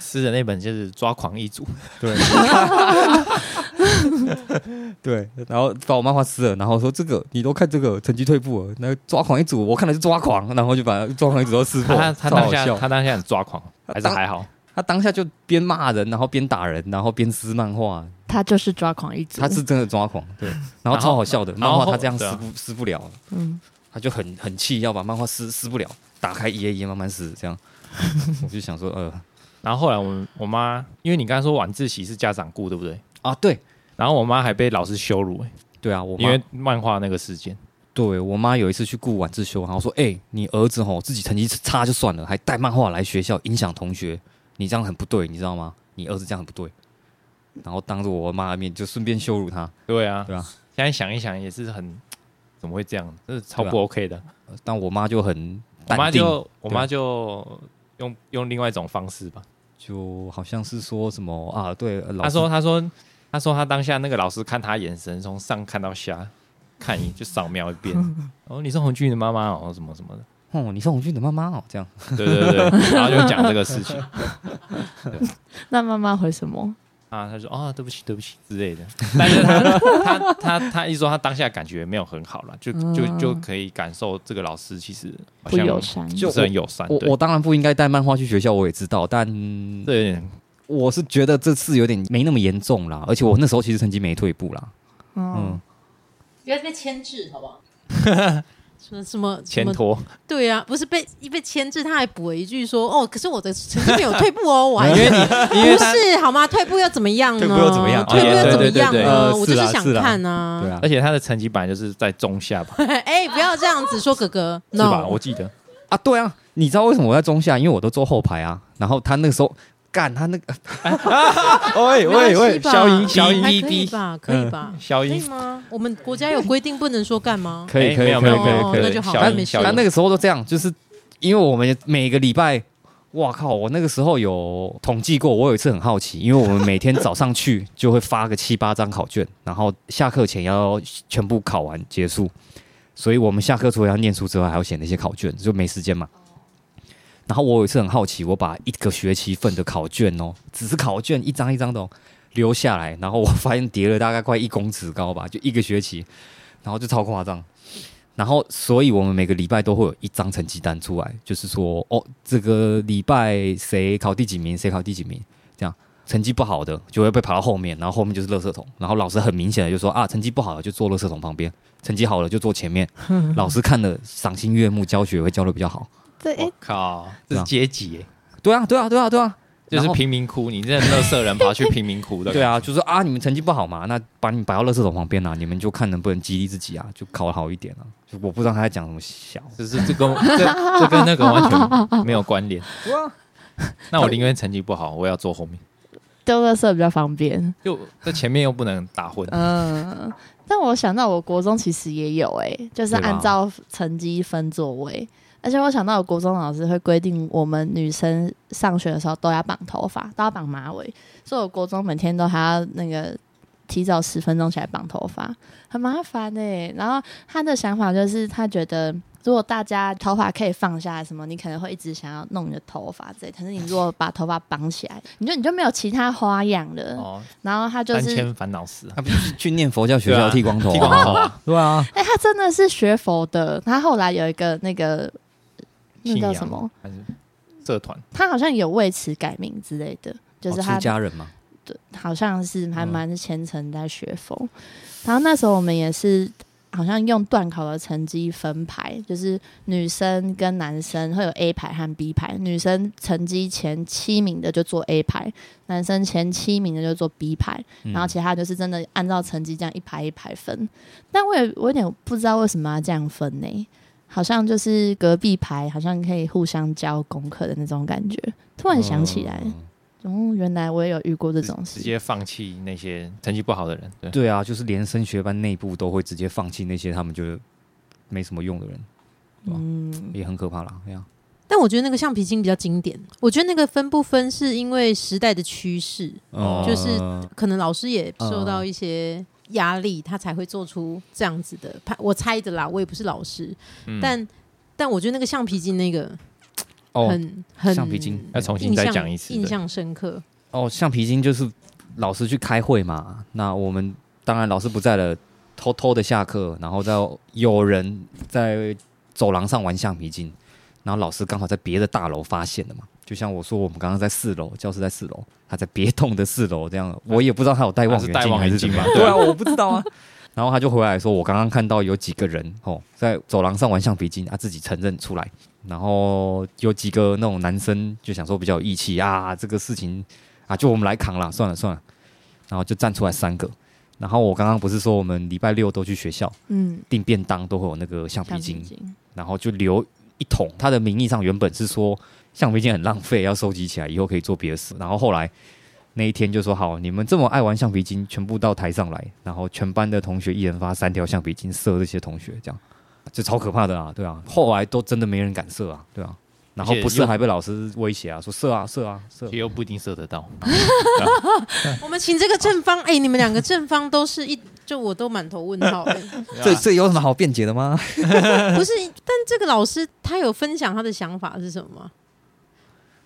Speaker 3: 吃的那本就是抓狂一族，
Speaker 1: (laughs) 对，对，然后把我漫画撕了，然后说这个你都看这个成绩退步了，那抓狂一组，我看了就抓狂，然后就把抓狂一组都撕破，
Speaker 3: 他他
Speaker 1: 超
Speaker 3: 当
Speaker 1: (laughs) 好
Speaker 3: 下
Speaker 1: 笑。
Speaker 3: 他当下很
Speaker 1: (laughs)
Speaker 3: 抓狂，还是
Speaker 1: 当
Speaker 3: 还好，
Speaker 1: 他当下就边骂人，然后边打人，然后边撕漫画，
Speaker 2: 他就是抓狂一族，
Speaker 1: 他是真的抓
Speaker 3: (laughs)
Speaker 1: 狂，对，然后超好笑的，
Speaker 3: 然
Speaker 1: 漫
Speaker 3: 后
Speaker 1: 画他这样
Speaker 3: 对啊
Speaker 1: 撕不撕不了，
Speaker 2: 嗯，
Speaker 1: 他就很很气，要把漫画撕撕不了，打开一页一页慢慢撕，这
Speaker 3: (laughs)
Speaker 1: 样，我就想说，呃，
Speaker 3: 然后后来我们我妈，因为你刚才说晚自习是家长顾，对不对？
Speaker 1: 啊，对，
Speaker 3: 然后我妈还被老师羞辱、欸，
Speaker 1: 对啊，我
Speaker 3: 因
Speaker 1: 妈
Speaker 3: 为漫画那个事件，
Speaker 1: 对啊我妈有一次去顾晚自修，然后说，哎、你儿子吼自己成绩差就算了，还带漫画来学校影响同学，你这样很不对，你知道吗？你儿子这样很不对，然后当着我妈的面就顺便羞辱她，
Speaker 3: 对啊，
Speaker 1: 对啊。
Speaker 3: 现在想一想也是很，怎么会这样？这是超不
Speaker 1: 对啊
Speaker 3: OK 的。
Speaker 1: 但我妈就很
Speaker 3: 我妈
Speaker 1: 淡定，啊
Speaker 3: 就我妈就用用另外一种方式吧。
Speaker 1: 就好像是说什么啊，对，呃老
Speaker 3: 她
Speaker 1: 师
Speaker 3: 说她说她说她当下那个老师看她眼神从上看到下，看一就扫描一遍。
Speaker 1: (laughs)
Speaker 3: 哦，你是红俊的妈妈哦，什么什么的。
Speaker 1: 哦，你是红军的妈妈哦，这样
Speaker 3: 对对对，然后就讲这个事情
Speaker 2: (laughs) 那妈妈回什么？
Speaker 3: 啊，他说啊、对不起对不起之类的， (laughs) 但是他他他他一说他当下感觉没有很好了，就就
Speaker 2: 嗯
Speaker 3: 就可以感受这个老师其实好
Speaker 2: 不
Speaker 3: 像
Speaker 2: 友善，
Speaker 1: 就
Speaker 3: 不是很友善，
Speaker 1: 我
Speaker 3: 啊对
Speaker 1: 我当然不应该带漫画去学校，我也知道，但
Speaker 3: 这有点
Speaker 1: 我是觉得这次有点没那么严重啦，而且我那时候其实成绩没退步啦，
Speaker 2: 嗯
Speaker 3: 哦
Speaker 1: 嗯，
Speaker 4: 不要被牵制，好不好？ (laughs) 什么什么什
Speaker 3: 牵
Speaker 4: 么？
Speaker 3: 拖，
Speaker 4: 对啊，不是被一被牵制，他还补了一句说：“哦，可是我的成绩没有退步哦，我还
Speaker 3: 因为你
Speaker 4: 不是好吗？退步又怎么样呢？
Speaker 1: 退步又怎么样
Speaker 4: 退步又怎么
Speaker 3: 哦
Speaker 4: 样
Speaker 3: 对对对对
Speaker 4: 呢？
Speaker 1: 呃
Speaker 4: 我就是
Speaker 1: 是啦
Speaker 4: 想
Speaker 1: 是啦
Speaker 4: 看啊
Speaker 1: 对。啊
Speaker 3: 而且他的成绩本来就是在中下吧，
Speaker 4: (laughs) 哎，不要这样子说，哥哥
Speaker 3: 是吧？
Speaker 4: ，no，
Speaker 3: 我
Speaker 1: (laughs)
Speaker 3: 记得
Speaker 1: 啊，对啊，你知道为什么我在中下？因为我都坐后排啊，然后他那个时候干他那个，
Speaker 3: 喂
Speaker 4: 没关系吧
Speaker 3: 消音消音
Speaker 4: 还
Speaker 3: 哔
Speaker 4: 可以
Speaker 3: 哔
Speaker 4: 吧？可以吧？
Speaker 3: 消
Speaker 4: 可以
Speaker 3: 音，
Speaker 4: 吗？我们国家有规定不能说干吗？
Speaker 1: 可以
Speaker 3: 哎
Speaker 1: 可
Speaker 3: 没
Speaker 1: 以
Speaker 3: 有
Speaker 1: 可
Speaker 3: 没
Speaker 1: 以
Speaker 3: 有
Speaker 1: 可以可
Speaker 3: 没
Speaker 1: 以
Speaker 3: 有
Speaker 4: 哦那
Speaker 3: 可以，
Speaker 4: 就好
Speaker 3: 消
Speaker 4: 了
Speaker 3: 音
Speaker 4: 没事
Speaker 3: 消
Speaker 1: 他
Speaker 3: 音
Speaker 1: 那个时候都这样，就是因为我们每个礼拜，哇靠！我那个时候有统计过，我有一次很好奇，因为我们每天早上去就会发个七八张考卷，然后下课前要全部考完结束，所以我们下课除了要念书之外，还要写那些考卷，就没时间嘛。然后我有一次很好奇，我把一个学期份的考卷哦，只是考卷一张一张的、哦、留下来，然后我发现叠了大概快一公尺高吧，就一个学期，然后就超夸张。然后，所以我们每个礼拜都会有一张成绩单出来，就是说，哦，这个礼拜谁考第几名，谁考第几名，这样成绩不好的就会被排到后面，然后后面就是垃圾桶，然后老师很明显的就说啊，成绩不好的就坐垃圾桶旁边，成绩好了就坐前
Speaker 3: (laughs)
Speaker 1: 面，老师看了赏心悦目，教学会教的比较好。
Speaker 2: 对，哎
Speaker 3: 我，靠，这
Speaker 1: 对
Speaker 3: 是
Speaker 1: 啊
Speaker 3: 阶级欸，
Speaker 1: 对啊，对啊，对啊，对啊，
Speaker 3: 就
Speaker 1: 然
Speaker 3: 是
Speaker 1: 后
Speaker 3: 贫民窟，你这乐色人跑去贫民窟
Speaker 4: (laughs)
Speaker 3: 的，
Speaker 1: 对啊，就说啊，你们成绩不好嘛，那把你们摆到垃圾桶旁边啊，你们就看能不能激励自己啊，就考好一点啊。就我不知道他在讲什么小，
Speaker 3: 就是这跟 (laughs) 这这跟那个完全没有关
Speaker 1: (laughs)
Speaker 3: 联。那我宁愿成绩不好，我也要坐后面，
Speaker 2: 丢垃圾比较方便。
Speaker 3: 就在前面又不能打混。
Speaker 2: 嗯，但我想到我国中其实也有哎、就是
Speaker 1: 对吧
Speaker 2: 按照成绩分座位，而且我想到我国中老师会规定我们女生上学的时候都要绑头发，都要绑马尾，所以我国中每天都还要那个提早十分钟起来绑头发，很麻烦哎、然后他的想法就是他觉得。如果大家头发可以放下来，什么你可能会一直想要弄你的头发之类，可是你如果把头发绑起来，你就你就没有其他花样
Speaker 4: 嗯
Speaker 2: 了。
Speaker 3: 哦，
Speaker 2: 然后他就
Speaker 3: 三
Speaker 2: 是
Speaker 3: 千烦恼死啊，
Speaker 1: 他不是去念佛教学
Speaker 3: 对啊
Speaker 1: 校剃光头、 (laughs)
Speaker 3: 剃光头
Speaker 1: 啊，
Speaker 3: 啊，
Speaker 1: 对啊，
Speaker 2: 哎、他真的是学佛的。他后来有一个那个那
Speaker 3: 信
Speaker 2: 叫
Speaker 3: 仰
Speaker 2: 什么？
Speaker 3: 还是社团？
Speaker 2: 他好像有为此改名之类的，就是
Speaker 1: 哦
Speaker 2: 他
Speaker 1: 出家人嘛。
Speaker 2: 对好像是还蛮虔诚在学佛。然后那时候我们也是好像用段考的成绩分排，就是女生跟男生会有 A 排和 B 排，女生成绩前七名的就做 A 排，男生前七名的就做 B 排，
Speaker 1: 嗯
Speaker 2: 然后其他就是真的按照成绩这样一排一排分。但我也我有点不知道为什么要这样分呢、好像就是隔壁排，好像可以互相教功课的那种感觉。突然想起来，
Speaker 1: 嗯
Speaker 2: 哦，原来我也有遇过这种
Speaker 3: 直
Speaker 2: 事。
Speaker 3: 接放弃那些成绩不好的人，对，
Speaker 1: 对啊，就是连升学班内部都会直接放弃那些他们觉得没什么用的人，
Speaker 2: 嗯，
Speaker 1: 也很可怕啦。哎呀，
Speaker 4: 但我觉得那个橡皮筋比较经典。我觉得那个分不分是因为时代的趋势，
Speaker 3: 哦
Speaker 4: 就是
Speaker 1: 呃
Speaker 4: 可能老师也受到一些压力，他才会做出这样子的判。我猜的啦，我也不是老师，
Speaker 3: 嗯
Speaker 4: 但但我觉得那个橡皮筋那个
Speaker 1: 哦
Speaker 4: 很很
Speaker 1: 橡皮筋
Speaker 3: 要重新
Speaker 4: 印
Speaker 3: 再
Speaker 4: 象
Speaker 3: 讲一次。
Speaker 4: 印
Speaker 3: 对
Speaker 4: 象深刻。
Speaker 1: 哦，橡皮筋就是老师去开会嘛，那我们当然老师不在了，偷偷的下课，然后在有人在走廊上玩橡皮筋，然后老师刚好在别的大楼发现的嘛。就像我说，我们刚刚在四楼，教室在四楼，他在别栋的四楼，这样我也不知道他有戴望
Speaker 3: 他是
Speaker 1: 远
Speaker 3: 戴
Speaker 1: 镜
Speaker 3: 望
Speaker 1: 还
Speaker 3: 远
Speaker 1: 是怎
Speaker 3: 镜
Speaker 1: 么
Speaker 3: 嘛
Speaker 1: 样。
Speaker 3: 对
Speaker 1: 对
Speaker 3: 啊
Speaker 1: 啊，我不知道啊。 (laughs) 然后他就回来说，我刚刚看到有几个人哦在走廊上玩橡皮筋，他啊自己承认出来。然后有几个那种男生就想说比较有义气啊，这个事情啊就我们来扛啦，算了算了。然后就站出来三个。然后我刚刚不是说我们礼拜六都去学校
Speaker 2: 嗯，
Speaker 1: 订便当都会有那个橡皮
Speaker 2: 橡皮
Speaker 1: 筋，
Speaker 2: 筋，
Speaker 1: 然后就留一桶。它的名义上原本是说橡皮筋很浪费，要收集起来以后可以做别的事。然后后来那一天就说好，你们这么爱玩橡皮筋，全部到台上来，然后全班的同学一人发三条橡皮筋射这些同学，这样这超可怕的啊，对啊，后来都真的没人敢射啊，对啊，然后
Speaker 3: 而且
Speaker 1: 不射
Speaker 3: 又
Speaker 1: 还被老师威胁啊，说射啊射啊射啊
Speaker 3: 也，又不一定射得
Speaker 4: (laughs)
Speaker 3: 到。
Speaker 4: 我们请这个正方，哎、你们两个正方都是一，就我都满头问号、哎
Speaker 1: 这这有什么好辩解的吗？
Speaker 4: 不是，但这个老师他有分享他的想法是什么吗？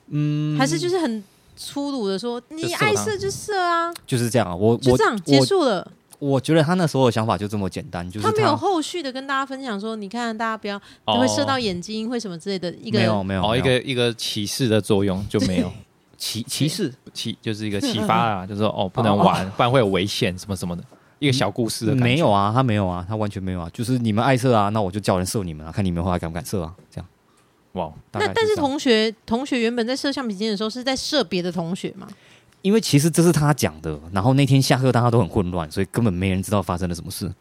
Speaker 1: 嗯，
Speaker 4: 还是就是很粗鲁的说，你
Speaker 3: 射
Speaker 4: 爱
Speaker 3: 他
Speaker 4: 射就射啊，
Speaker 1: 就是这样啊，我
Speaker 4: 就
Speaker 1: 我
Speaker 4: 这样结
Speaker 1: 我
Speaker 4: 束了。
Speaker 1: 我觉得他那时候的想法就这么简单，就是
Speaker 4: 他没有后续的跟大家分享说，你看大家不要啊会射到眼睛，会什么之类的一
Speaker 1: 哦没有
Speaker 4: 个。
Speaker 1: 没有
Speaker 3: 哦，
Speaker 1: 没
Speaker 3: 一
Speaker 1: 有
Speaker 3: 个一个歧视的作用就没
Speaker 1: (laughs)
Speaker 3: 有，
Speaker 1: 歧歧视
Speaker 3: 启就是一个启发啊， (laughs) 就是说哦不能玩，不然会有危险什么什么的，一个小故事的感觉
Speaker 1: 没有啊，他没有啊，他完全没有啊，就是你们爱射啊，那我就叫人射你们啊，看你们后来敢不敢射啊，这样。
Speaker 3: 哇，
Speaker 1: 大
Speaker 4: 那
Speaker 1: 概
Speaker 4: 但是
Speaker 1: 这样
Speaker 4: 同学同学原本在射橡皮筋的时候是在射别的同学嘛？
Speaker 1: 因为其实这是他讲的，然后那天下课大家都很混乱，所以根本没人知道发生了什么事，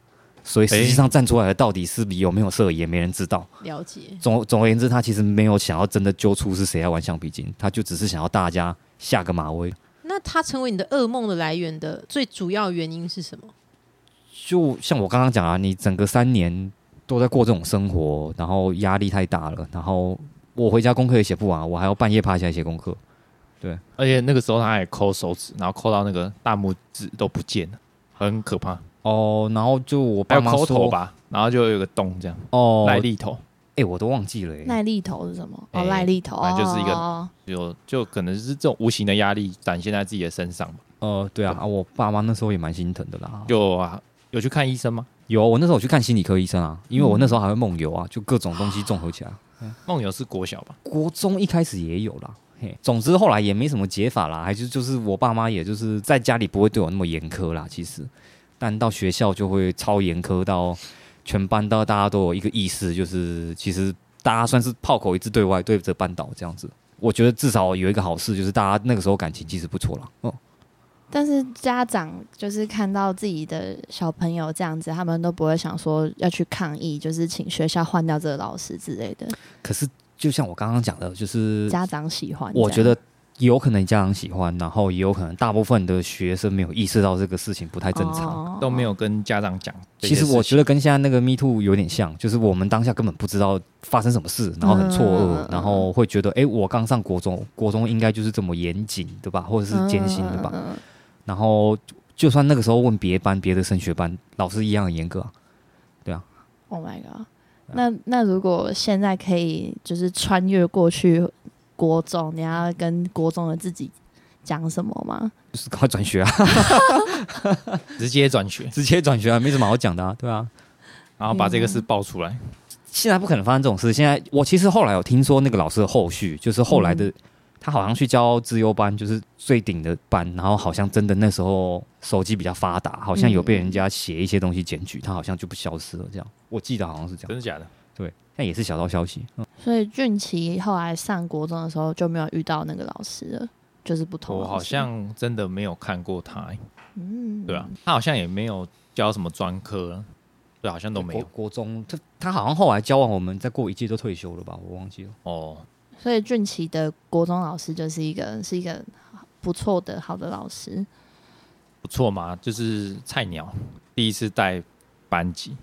Speaker 1: 所以实际上站出来的到底是比有没有射也没人知道。
Speaker 4: 了解，
Speaker 1: 总总而言之，他其实没有想要真的揪出是谁在玩橡皮筋，他就只是想要大家下个马威。
Speaker 4: 那他成为你的噩梦的来源的最主要原因是什么？
Speaker 1: 就像我刚刚讲啊，你整个三年都在过这种生活，然后压力太大了，然后我回家功课也写不完，我还要半夜爬起来写功课。
Speaker 3: 而且那个时候他还抠手指，然后抠到那个大拇指都不见了，很可怕。
Speaker 1: 哦，然后就我
Speaker 3: 还
Speaker 1: 爸
Speaker 3: 有
Speaker 1: 妈
Speaker 3: 抠头
Speaker 1: 说，
Speaker 3: 吧，然后就有一个洞这样，
Speaker 1: 哦，
Speaker 3: 耐
Speaker 1: 哎、
Speaker 3: 力头，
Speaker 1: 我都忘记了、欸，
Speaker 2: 耐力头是什么？
Speaker 3: 哎
Speaker 2: 哦，耐力头，
Speaker 3: 反正就是一个
Speaker 2: 哦
Speaker 3: 就就可能是这种无形的压力展现在自己的身上吧。
Speaker 1: 呃，对啊，啊我爸妈那时候也蛮心疼的啦。
Speaker 3: 就啊，有去看医生吗？
Speaker 1: 有，我那时候有去看心理科医生啊，因为我那时候还会梦游啊，就各种东西综合起来。
Speaker 3: 梦游是国小吧？
Speaker 1: 国中一开始也有啦，嘿，总之后来也没什么解法啦，还是就是我爸妈也就是在家里不会对我那么严苛啦，其实，但到学校就会超严苛到全班到大家都有一个意识，就是其实大家算是炮口一致对外对着班导这样子。我觉得至少有一个好事，就是大家那个时候感情其实不错啦。哦，
Speaker 2: 但是家长就是看到自己的小朋友这样子，他们都不会想说要去抗议，就是请学校换掉这个老师之类的。
Speaker 1: 可是就像我刚刚讲的，就是
Speaker 2: 家长喜欢这样，
Speaker 1: 我觉得有可能家长喜欢，然后也有可能大部分的学生没有意识到这个事情不太正常。
Speaker 2: 哦
Speaker 3: 都没有跟家长讲这
Speaker 1: 其
Speaker 3: 些事
Speaker 1: 实
Speaker 3: 情。
Speaker 1: 我觉得跟现在那个 Me Too 有点像，就是我们当下根本不知道发生什么事，然后很错愕，
Speaker 2: 嗯
Speaker 1: 然后会觉得，诶，我刚上国中，国中应该就是这么严谨，对吧？或者是艰辛，对吧？
Speaker 2: 嗯嗯嗯嗯
Speaker 1: 然后就算那个时候问别班、别的升学班，老师一样很严格、啊。
Speaker 2: Oh my god！那
Speaker 3: 嗯
Speaker 2: 那如果现在可以就是穿越过去国中，你要跟国中的自己讲什么吗？
Speaker 1: 就是赶快转学啊， (laughs)
Speaker 3: 直接转学，
Speaker 1: 直接转学啊，没什么好讲的啊，对啊。
Speaker 3: 然后把这个事爆出来。
Speaker 1: 嗯现在不可能发生这种事。现在我其实后来有听说那个老师的后续，就是后来的、
Speaker 2: 嗯
Speaker 1: 他好像去教资优班，就是最顶的班，然后好像真的那时候手机比较发达，好像有被人家写一些东西检举，他好像就不消失了。这样
Speaker 3: 嗯
Speaker 1: 我记得好像是这
Speaker 3: 真
Speaker 1: 样，
Speaker 3: 的假的？
Speaker 1: 对，但也是小道消息。嗯
Speaker 2: 所以俊奇后来上国中的时候就没有遇到那个老师了，就是不同
Speaker 3: 我
Speaker 2: 老师。
Speaker 3: 好像真的没有看过他、欸
Speaker 2: 嗯，
Speaker 3: 对啊，他好像也没有教什么专科、啊，对，好像都没
Speaker 1: 国
Speaker 3: 有
Speaker 1: 国中，他他好像后来教完我们，再过一届就退休了吧？我忘记了。
Speaker 3: 哦。
Speaker 2: 所以俊奇的国中老师就是一个是一个不错的好的老师。
Speaker 3: 不错嘛，就是菜鸟，第一次带班级，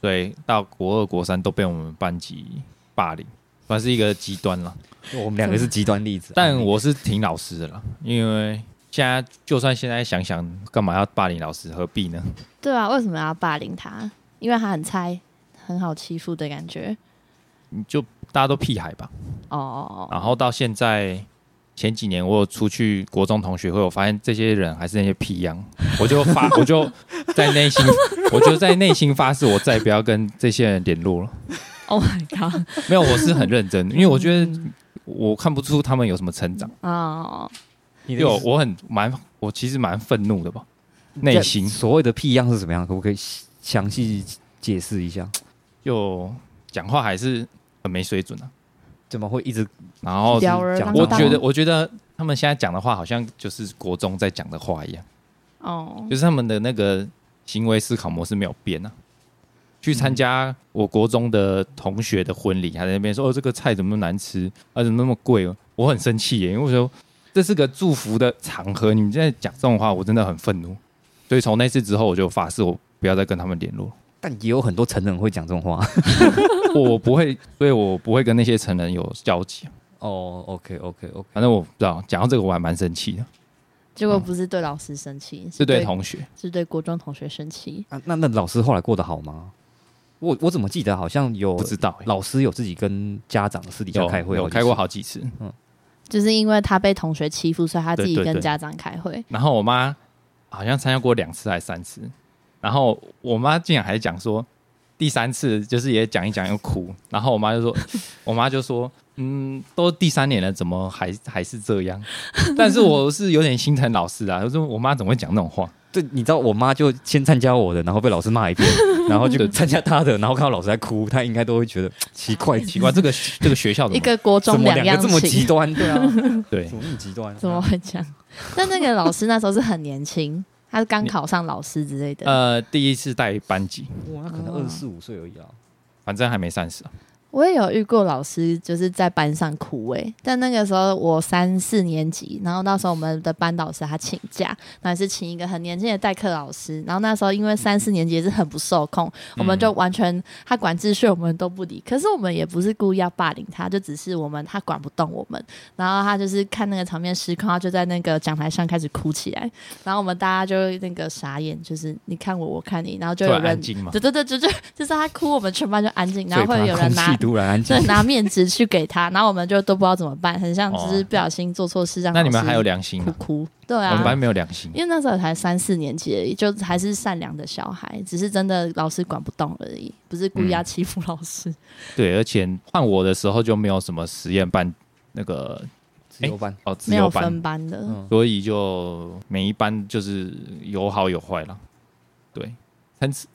Speaker 3: 所以到国二、国三都被我们班级霸凌，算是一个极端了。
Speaker 1: 就我们两个是极端例子，
Speaker 3: (laughs) 但我是挺老实的啦，因为现在就算现在想想，干嘛要霸凌老师，何必呢？
Speaker 2: 对啊，为什么要霸凌他？因为他很菜，很好欺负的感觉。
Speaker 3: 你就大家都屁孩吧。
Speaker 2: 哦哦哦，
Speaker 3: 然后到现在前几年，我有出去国中同学会，我发现这些人还是那些屁样，我就发，我就在内心，我就在内心发誓，我再也不要跟这些人联络了。
Speaker 2: Oh my god！ (laughs)
Speaker 3: 没有，我是很认真，因为我觉得我看不出他们有什么成长，
Speaker 2: 哦，
Speaker 1: 你
Speaker 3: 因
Speaker 1: 的
Speaker 3: 为
Speaker 1: 意
Speaker 3: 我
Speaker 1: 思
Speaker 3: 我很蛮，我其实蛮愤怒的吧，内心
Speaker 1: 所谓的屁样是怎么样？可不可以详细解释一下？
Speaker 3: 就讲话还是很没水准啊。
Speaker 1: 怎么会一直
Speaker 3: 然后
Speaker 2: 吊儿
Speaker 1: 讲
Speaker 2: 郎
Speaker 1: 到
Speaker 3: 哦我
Speaker 2: 当。
Speaker 3: 觉得，我觉得他们现在讲的话，好像就是国中在讲的话一样，
Speaker 2: 哦，
Speaker 3: 就是他们的那个行为思考模式没有变啊。去参加我国中的同学的婚礼，还在那边说：“哦，这个菜怎么那么难吃啊？怎么那么贵哦？”我很生气耶，因为我说这是个祝福的场合，你们现在讲这种话，我真的很愤怒。所以从那次之后，我就发誓我不要再跟他们联络， (laughs)
Speaker 1: 但也有很多成人会讲这种话。
Speaker 3: 我不会，所以我不会跟那些成人有交集。啊
Speaker 1: 哦，OK OK OK，
Speaker 3: 反正我不知道，讲到这个我还蛮生气的，
Speaker 2: 结果不是对老师生气，
Speaker 3: 是
Speaker 2: 是
Speaker 3: 对同学。
Speaker 2: 是对国中同学生气。
Speaker 1: 啊，那那老师后来过得好吗？我我怎么记得好像有
Speaker 3: 不知道欸
Speaker 1: 老师有自己跟家长私底下
Speaker 3: 有
Speaker 1: 开会，
Speaker 3: 有开过。好几次。
Speaker 2: 就是因为他被同学欺负，所以他自己
Speaker 3: 对对
Speaker 2: 跟
Speaker 3: 对
Speaker 2: 家长开会。
Speaker 3: 然后我妈好像参加过两次还是三次，然后我妈竟然还讲说第三次就是也讲一讲又哭，然后我妈就说， (laughs) 我妈就说，嗯，都第三年了，怎么还还是这样？但是我是有点心疼老师啊，就是我妈怎么会讲那种话？
Speaker 1: 对，你知道我妈就先参加我的，然后被老师骂
Speaker 3: (laughs)
Speaker 1: 一遍，然后就参加她的，然后看到老师在哭，她应该都会
Speaker 3: (laughs)
Speaker 1: 觉得奇怪，
Speaker 3: 奇怪，这个这个学校怎
Speaker 2: 一
Speaker 3: 么
Speaker 2: 个国
Speaker 1: 怎
Speaker 2: 中
Speaker 1: 么两
Speaker 2: 样
Speaker 1: 个这么极
Speaker 2: 情，
Speaker 1: 端？对啊，
Speaker 3: 对
Speaker 1: 怎么那么极端？啊
Speaker 2: 怎么会这样？ (laughs) 但那个老师那时候是很年轻，他是刚
Speaker 3: 你
Speaker 2: 考上老师之类的。
Speaker 3: 呃第一次带班级，
Speaker 1: 哇？那可
Speaker 3: 哦
Speaker 1: 能二四五岁而已啊。
Speaker 3: 反正还没三十啊，
Speaker 2: 我也有遇过老师，就是在班上哭诶、但那个时候我三四年级，然后那时候我们的班导师他请假，那也是请一个很年轻的代课老师，然后那时候
Speaker 3: 嗯
Speaker 2: 因为三四年级也是很不受控，我们就完全他管秩序我们都不理，可是我们也不是故意要霸凌他，就只是我们他管不动我们，然后他就是看那个场面失控，他就在那个讲台上开始哭起来，然后我们大家就那个傻眼，就是你看我我看你，然后就
Speaker 3: 突
Speaker 2: 有
Speaker 3: 然
Speaker 2: 人
Speaker 3: 安。静嘛，
Speaker 2: 对对对，就就就是他哭，我们全班就安静，然后
Speaker 1: 最
Speaker 2: 会
Speaker 1: 怕
Speaker 2: 有人
Speaker 1: 空
Speaker 2: 拿
Speaker 1: 气突然安静
Speaker 2: 对，，拿面纸去给他，然后我们就都不知道怎么办，很像只是不小心做错事让
Speaker 3: 哦那你们还有
Speaker 2: 两
Speaker 3: 良心
Speaker 2: 哭
Speaker 3: 吗？
Speaker 2: 哭，对
Speaker 3: 我们班
Speaker 2: 啊，
Speaker 3: 没有良心
Speaker 2: 因，为那时候才三四年级而已，就还是善良的小孩，只是真的老师管不动而已，不是故意要
Speaker 3: 嗯
Speaker 2: 欺负老师。
Speaker 3: 对，而且换我的时候就没有什么实验班那个
Speaker 1: 自由班。
Speaker 3: 哦自
Speaker 2: 没
Speaker 3: 由
Speaker 2: 有
Speaker 3: 班，
Speaker 2: 分班的，
Speaker 1: 嗯，
Speaker 3: 所以就每一班就是有好有坏啦。对，参差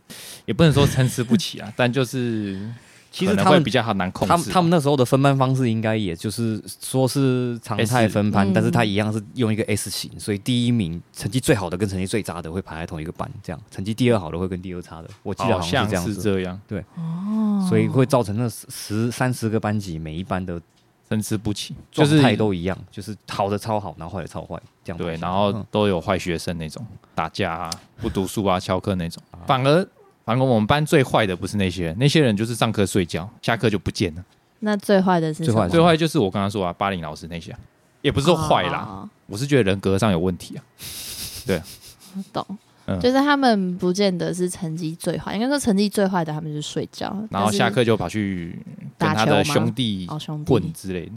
Speaker 3: 也不能说参差不齐
Speaker 1: (laughs)
Speaker 3: 啊，但就是
Speaker 1: 其
Speaker 3: 可
Speaker 1: 实
Speaker 3: 能
Speaker 1: 他
Speaker 3: 会
Speaker 1: 们
Speaker 3: 比较好难控
Speaker 1: 他们
Speaker 3: 制。
Speaker 1: 他们那时候的分班方式应该也就是说是常态分班
Speaker 2: S，
Speaker 1: 但是他一样是用一个 S 型，所以第一名成绩最好的跟成绩最差的会排在同一个班，这样成绩第二好的会跟第二差的，我记得
Speaker 3: 好
Speaker 1: 好像是
Speaker 3: 像
Speaker 1: 这样
Speaker 3: 是
Speaker 1: 子，
Speaker 3: 这样，
Speaker 1: 所以会造成那十十三十个班级每一班的
Speaker 3: 参差不齐，就
Speaker 1: 状
Speaker 3: 是
Speaker 1: 态都一样，就是好的超好，然后坏的超坏，这样
Speaker 3: 嗯对，
Speaker 1: 吧
Speaker 3: 然后
Speaker 1: 嗯
Speaker 3: 都有坏学生那种，打架
Speaker 1: (laughs)
Speaker 3: 啊、不读书啊、翘课那种。反而反而我们班最坏的不是那些人，那些人就是上课睡觉，下课就不见了。
Speaker 2: 那最坏的是
Speaker 1: 最坏的
Speaker 3: 最坏就是我刚刚说啊，巴林老师那些啊，也不是说坏
Speaker 1: 啊
Speaker 3: 啦，
Speaker 2: 啦，
Speaker 3: 我是觉得人格上有问题啊。
Speaker 2: 哦懂。
Speaker 3: 嗯
Speaker 2: 就是他们不见得是成绩最坏，应该说成绩最坏的他们就是睡觉，
Speaker 3: 然后
Speaker 2: 但是
Speaker 3: 下课就跑去跟
Speaker 2: 打
Speaker 3: 他的
Speaker 2: 球吗
Speaker 3: 兄弟
Speaker 2: 哦兄
Speaker 3: 棍
Speaker 2: 弟，
Speaker 3: 之类的，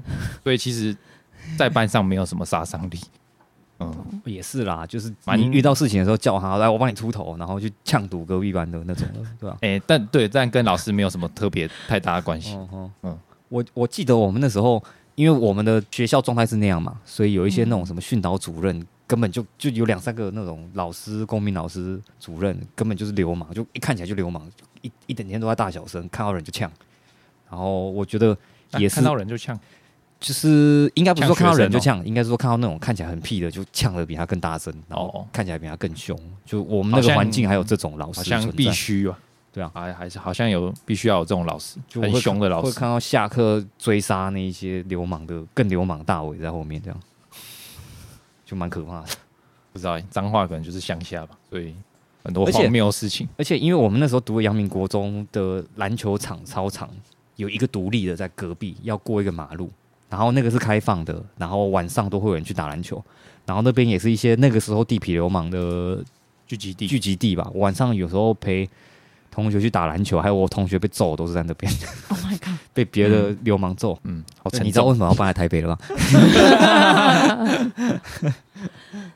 Speaker 3: 所以其实，在班上没有什么杀伤力。嗯，
Speaker 1: 也是啦，就是
Speaker 3: 蛮
Speaker 1: 你遇到事情的时候叫他来，我帮你出头，然后去呛堵隔壁班的那种的，对吧？
Speaker 3: 哎、但对，但跟老师没有什么特别太大的关系。
Speaker 1: 哦哦，
Speaker 3: 嗯
Speaker 1: 嗯，我我记得我们那时候，因为我们的学校状态是那样嘛，所以有一些那
Speaker 2: 嗯
Speaker 1: 种什么训导主任，根本就就有两三个那种老师、公民老师、主任，根本就是流氓，就一看起来就流氓，就一一整天都在大小声，看到人就呛。然后我觉得
Speaker 3: 啊
Speaker 1: 也是
Speaker 3: 看到人就呛，
Speaker 1: 就是应该不是说
Speaker 3: 呛学
Speaker 1: 看到人
Speaker 3: 生
Speaker 1: 就
Speaker 3: 哦
Speaker 1: 呛，应该是说看到那种看起来很屁的就呛的比他更大声，然
Speaker 3: 哦
Speaker 1: 后看起来比他更凶。就我们那
Speaker 3: 好
Speaker 1: 个
Speaker 3: 像
Speaker 1: 环境还有这种老
Speaker 3: 好
Speaker 1: 师
Speaker 3: 像
Speaker 1: 存
Speaker 3: 必
Speaker 1: 在
Speaker 3: 须啊。
Speaker 1: 对啊
Speaker 3: 还还是好像有必须要有这种老师，
Speaker 1: 就我
Speaker 3: 很
Speaker 1: 会
Speaker 3: 凶的老
Speaker 1: 会
Speaker 3: 师。
Speaker 1: 看到下课追杀那一些流氓的更流氓大伟在后面，这样就蛮可怕的。
Speaker 3: 不知道脏话可能就是乡下吧，所以很多
Speaker 1: 而且
Speaker 3: 荒谬的事情。
Speaker 1: 而且因为我们那时候读的阳明国中的篮球场操场有一个独立的在隔壁，要过一个马路，然后那个是开放的，然后晚上都会有人去打篮球，然后那边也是一些那个时候地痞流氓的
Speaker 3: 聚集地
Speaker 1: 聚集地吧。晚上有时候陪同学去打篮球，还有我同学被揍都是在那边
Speaker 2: ，Oh my god，
Speaker 1: 被别的流氓揍。
Speaker 3: 嗯，好
Speaker 1: 你
Speaker 3: 沉
Speaker 1: 知道为
Speaker 3: 重。
Speaker 1: 什么要搬来台北了吧？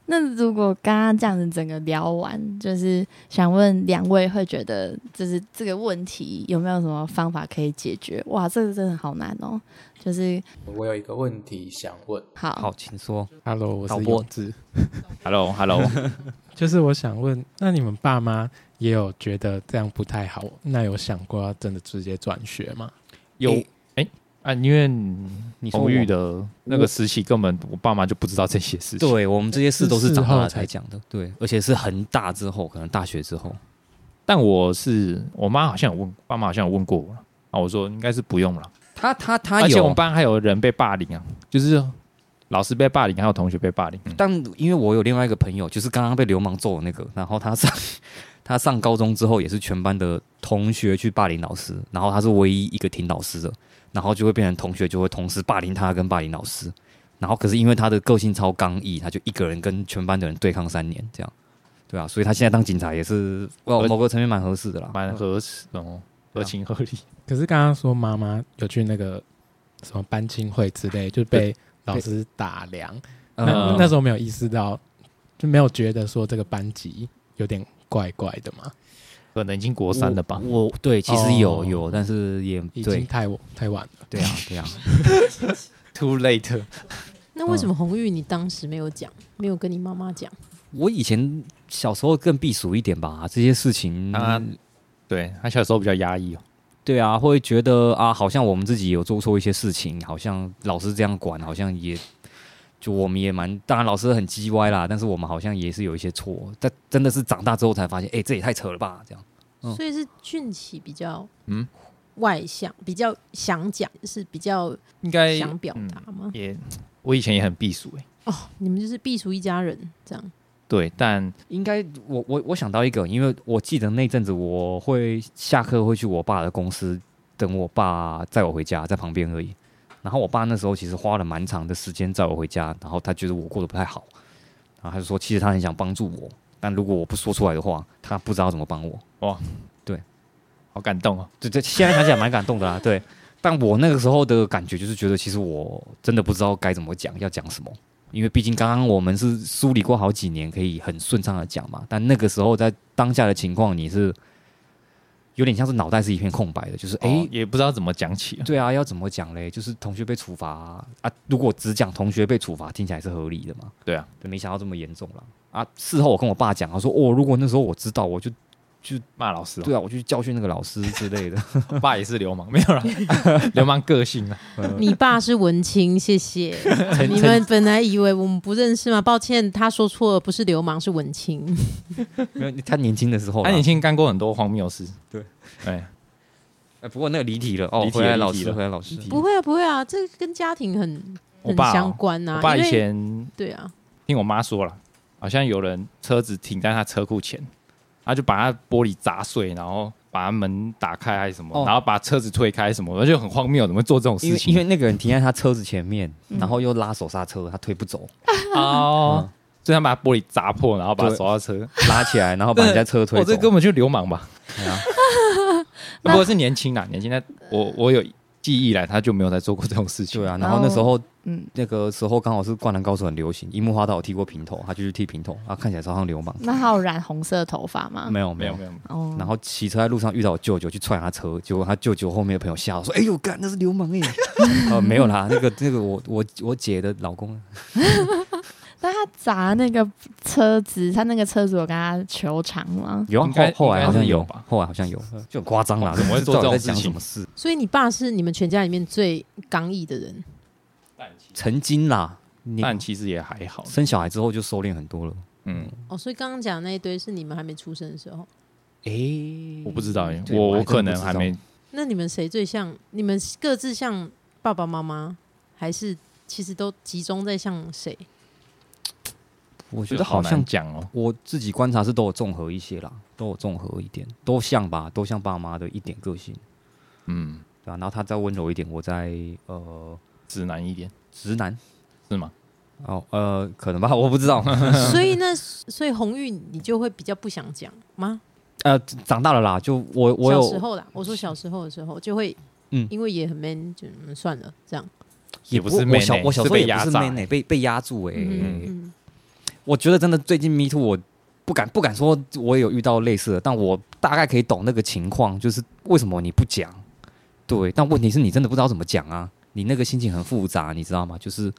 Speaker 2: 那如果刚刚这样子整个聊完，就是想问两位会觉得，就是这个问题有没有什么方法可以解决？哇，这个真的好难哦。就是
Speaker 5: 我有一个问题想问
Speaker 2: 好，
Speaker 1: 好，请说。
Speaker 6: Hello，我
Speaker 1: 导
Speaker 6: 是
Speaker 1: 播
Speaker 6: 永志，
Speaker 3: Hello，Hello，
Speaker 6: 就是我想问，那你们爸妈也有觉得这样不太好，那有想过要真的直接转学吗？
Speaker 3: 有
Speaker 1: 诶
Speaker 3: 哎 (laughs) 啊，因为
Speaker 1: 你说
Speaker 3: 红
Speaker 1: 我
Speaker 3: 玉的那个时期，根本我爸妈就不知道这些事情。
Speaker 1: 对我们这些事都是
Speaker 6: 是事
Speaker 1: 长大
Speaker 6: 后
Speaker 1: 了
Speaker 6: 才
Speaker 1: 才讲的，对，而且是很大之后，可能大学之后，
Speaker 3: 但我是我妈好像有问，爸妈好像有问过我啊，我说应该是不用了。
Speaker 1: 他他他
Speaker 3: 而且我
Speaker 1: 有
Speaker 3: 们班还有人被霸凌啊，就是老师被霸凌，还有同学被霸凌。嗯
Speaker 1: 但因为我有另外一个朋友，就是刚刚被流氓揍的那个，然后他上他上高中之后也是全班的同学去霸凌老师，然后他是唯一一个挺老师的，然后就会变成同学就会同时霸凌他跟霸凌老师，然后可是因为他的个性超刚毅，他就一个人跟全班的人对抗三年这样。对啊，所以他现在当警察也是，哇，
Speaker 3: 而
Speaker 1: 某个层面蛮合适的啦。
Speaker 3: 蛮合适的哦，合情合理。
Speaker 6: 可是刚刚说妈妈有去那个什么班亲会之类，就被老师打量。那、
Speaker 1: 嗯
Speaker 6: 那时候没有意识到，就没有觉得说这个班级有点怪怪的嘛，
Speaker 3: 可能已经国三了吧？
Speaker 1: 我我对，其实有、
Speaker 6: 哦
Speaker 1: 有，但是也
Speaker 6: 已经
Speaker 1: 对
Speaker 6: 太晚太晚了。
Speaker 1: 对啊对啊，
Speaker 3: Too late，
Speaker 4: 那为什么红玉你当时没有讲，没有跟你妈妈讲？
Speaker 1: 我以前小时候更避暑一点吧，这些事情
Speaker 3: 啊对他小时候比较压抑哦。
Speaker 1: 对啊，会觉得啊，好像我们自己有做错一些事情，好像老师这样管，好像也就我们也蛮，当然老师很叽歪啦，但是我们好像也是有一些错，但真的是长大之后才发现，哎、这也太扯了吧，这样。嗯
Speaker 4: 所以是俊奇比较
Speaker 3: 嗯
Speaker 4: 外向，比较想讲，是比较
Speaker 3: 应
Speaker 1: 哎
Speaker 3: 该
Speaker 4: 想表达
Speaker 1: 嗯
Speaker 4: 吗？
Speaker 3: 也，我以前也很避暑哎。
Speaker 4: 哦，你们就是避暑一家人这样。
Speaker 3: 对，但
Speaker 1: 应该我我我想到一个，因为我记得那阵子我会下课会去我爸的公司等我爸载我回家，在旁边而已。然后我爸那时候其实花了蛮长的时间载我回家，然后他觉得我过得不太好，然后他就说其实他很想帮助我，但如果我不说出来的话，他不知道怎么帮我。
Speaker 3: 好感动哦。
Speaker 1: 对对，现在想起来蛮感动的啦。对，但我那个时候的感觉就是觉得，其实我真的不知道该怎么讲，要讲什么。因为毕竟刚刚我们是梳理过好几年，可以很顺畅的讲嘛。但那个时候在当下的情况，你是有点像是脑袋是一片空白的，就是哎、
Speaker 3: 哦也不知道怎么讲起啊。
Speaker 1: 对啊，要怎么讲嘞？就是同学被处罚啊，啊如果只讲同学被处罚，听起来是合理的嘛。
Speaker 3: 对啊，
Speaker 1: 对，没想到这么严重了啊！事后我跟我爸讲，他说哦，如果那时候我知道，我就
Speaker 3: 骂老师哦，
Speaker 1: 对啊，我就去教训那个老师之类的。 (laughs)
Speaker 3: 我爸也是流氓，没有啦，流氓个性啊。
Speaker 4: 你爸是文青，
Speaker 1: (laughs)
Speaker 4: 谢谢。你们本来以为我们不认识吗？抱歉，他说错了，不是流氓，是文青。
Speaker 1: 没有，他年轻的时候啦，
Speaker 3: 他年轻干过很多荒谬事。
Speaker 1: 对，
Speaker 3: 哎，
Speaker 1: 哎，不过那个离题了哦，
Speaker 3: 离题
Speaker 1: 回
Speaker 3: 了
Speaker 1: 来老
Speaker 3: 离题
Speaker 1: 师，
Speaker 3: 了
Speaker 1: 回来老师，
Speaker 4: 不会啊，不会啊，这跟家庭很
Speaker 3: 我
Speaker 4: 很
Speaker 3: 爸哦
Speaker 4: 相关呐、
Speaker 3: 我
Speaker 4: 啊。
Speaker 3: 爸
Speaker 4: 因
Speaker 3: 以
Speaker 4: 为
Speaker 3: 前
Speaker 4: 对啊，
Speaker 3: 听我妈说了，好像有人车子停在他车库前，他就把他玻璃砸碎，然后把他门打开还是什么，
Speaker 1: 哦
Speaker 3: 然后把车子推开什么，而且很荒谬，怎么会做这种
Speaker 1: 因
Speaker 3: 事
Speaker 1: 为因
Speaker 3: 情？
Speaker 1: 为那个人停在他车子前面，
Speaker 2: 嗯
Speaker 1: 然后又拉手刹车，他推不走，
Speaker 3: 哦，所以他把玻璃砸破，然后把手刹车，
Speaker 1: 拉起来，然后把人家车推
Speaker 3: 嗯 (laughs) 我
Speaker 1: 走
Speaker 3: 哦这。根本就流氓吧？
Speaker 1: 哎 (laughs) 呀
Speaker 3: 啊不过是年轻啦，年轻但我我有记忆以来，他就没有再做过这种事情。
Speaker 1: 对啊，然
Speaker 2: 然
Speaker 1: 后
Speaker 2: 后
Speaker 1: 那时候
Speaker 2: 嗯，
Speaker 1: 那个时候刚好是《灌篮高手》很流行，樱木花道有剃过平头，他就去剃平头，啊，看起来超像流氓。
Speaker 2: 那他有染红色头发吗？
Speaker 1: 没有没
Speaker 3: 没有
Speaker 1: 有
Speaker 3: 没。有，没有
Speaker 2: 哦，
Speaker 1: 然后骑车在路上遇到我舅舅，去踹他车，结果他舅舅后面的朋友吓到说：“哎呦，干那是流氓哎！”呃，没有啦，那个那个我我我姐的老公，
Speaker 2: 但他砸那个车子，他那个车主有跟他求偿吗？
Speaker 1: 有啊
Speaker 3: 应
Speaker 1: 后
Speaker 3: 该
Speaker 1: 后来好像
Speaker 3: 应该是有
Speaker 1: 有
Speaker 3: 吧，
Speaker 1: 后来好像有，就很夸张啦，
Speaker 3: 怎么会
Speaker 1: 不
Speaker 3: 做
Speaker 1: 知道
Speaker 3: 这种
Speaker 1: 在讲
Speaker 3: 事情
Speaker 1: 什么事？
Speaker 4: 所以你爸是你们全家里面最刚毅的人。
Speaker 1: 曾经啦，你
Speaker 3: 但其实也还好。
Speaker 1: 生小孩之后就收敛很多了。
Speaker 3: 嗯，
Speaker 4: 哦，所以刚刚讲的那一堆是你们还没出生的时候。
Speaker 1: 诶，
Speaker 3: 我不知道耶，
Speaker 1: 对
Speaker 3: 我
Speaker 1: 我还
Speaker 3: 我可
Speaker 1: 真不
Speaker 3: 能
Speaker 1: 知
Speaker 3: 还
Speaker 1: 道
Speaker 3: 没
Speaker 4: 那你们谁最像？你们各自像爸爸妈妈，还是其实都集中在像
Speaker 3: (laughs)
Speaker 4: 谁？
Speaker 1: 我
Speaker 3: 觉
Speaker 1: 觉
Speaker 3: 得
Speaker 1: 得
Speaker 3: 好
Speaker 1: 好
Speaker 3: 难
Speaker 1: 像
Speaker 3: 讲哦。
Speaker 1: 我自己观察是都有综合一些啦，都有综合一点，都像吧，都像爸妈的一点个性，
Speaker 3: 嗯，
Speaker 1: 对吧、然后他再温柔一点，我再呃
Speaker 3: 直男一点
Speaker 1: 直男
Speaker 3: 是吗？
Speaker 1: 哦呃可能吧，我不知
Speaker 3: (laughs)
Speaker 1: 道。
Speaker 4: 所以呢，所以红玉你就会比较不想讲吗？
Speaker 1: 呃，长大了啦，就我我
Speaker 4: 小时
Speaker 1: 有
Speaker 4: 候啦，我说小时候的时候就会，
Speaker 1: 嗯
Speaker 4: 因为也很 man，就、嗯、算了这样。
Speaker 3: 也不是
Speaker 1: 我我
Speaker 3: man
Speaker 1: 小
Speaker 3: 欸
Speaker 1: 我小
Speaker 3: 是
Speaker 1: 时候
Speaker 3: 被
Speaker 1: 也
Speaker 3: 压
Speaker 1: 不是
Speaker 3: 榨
Speaker 1: man 欸被被压住哎、
Speaker 4: 嗯嗯，
Speaker 1: 我觉得真的最近 Me Too，我不敢不敢说我也有遇到类似的，但我大概可以懂那个情况，就是为什么你不讲？对，但问题是你真的不知道怎么讲啊，你那个心情很复杂，你知道吗？就是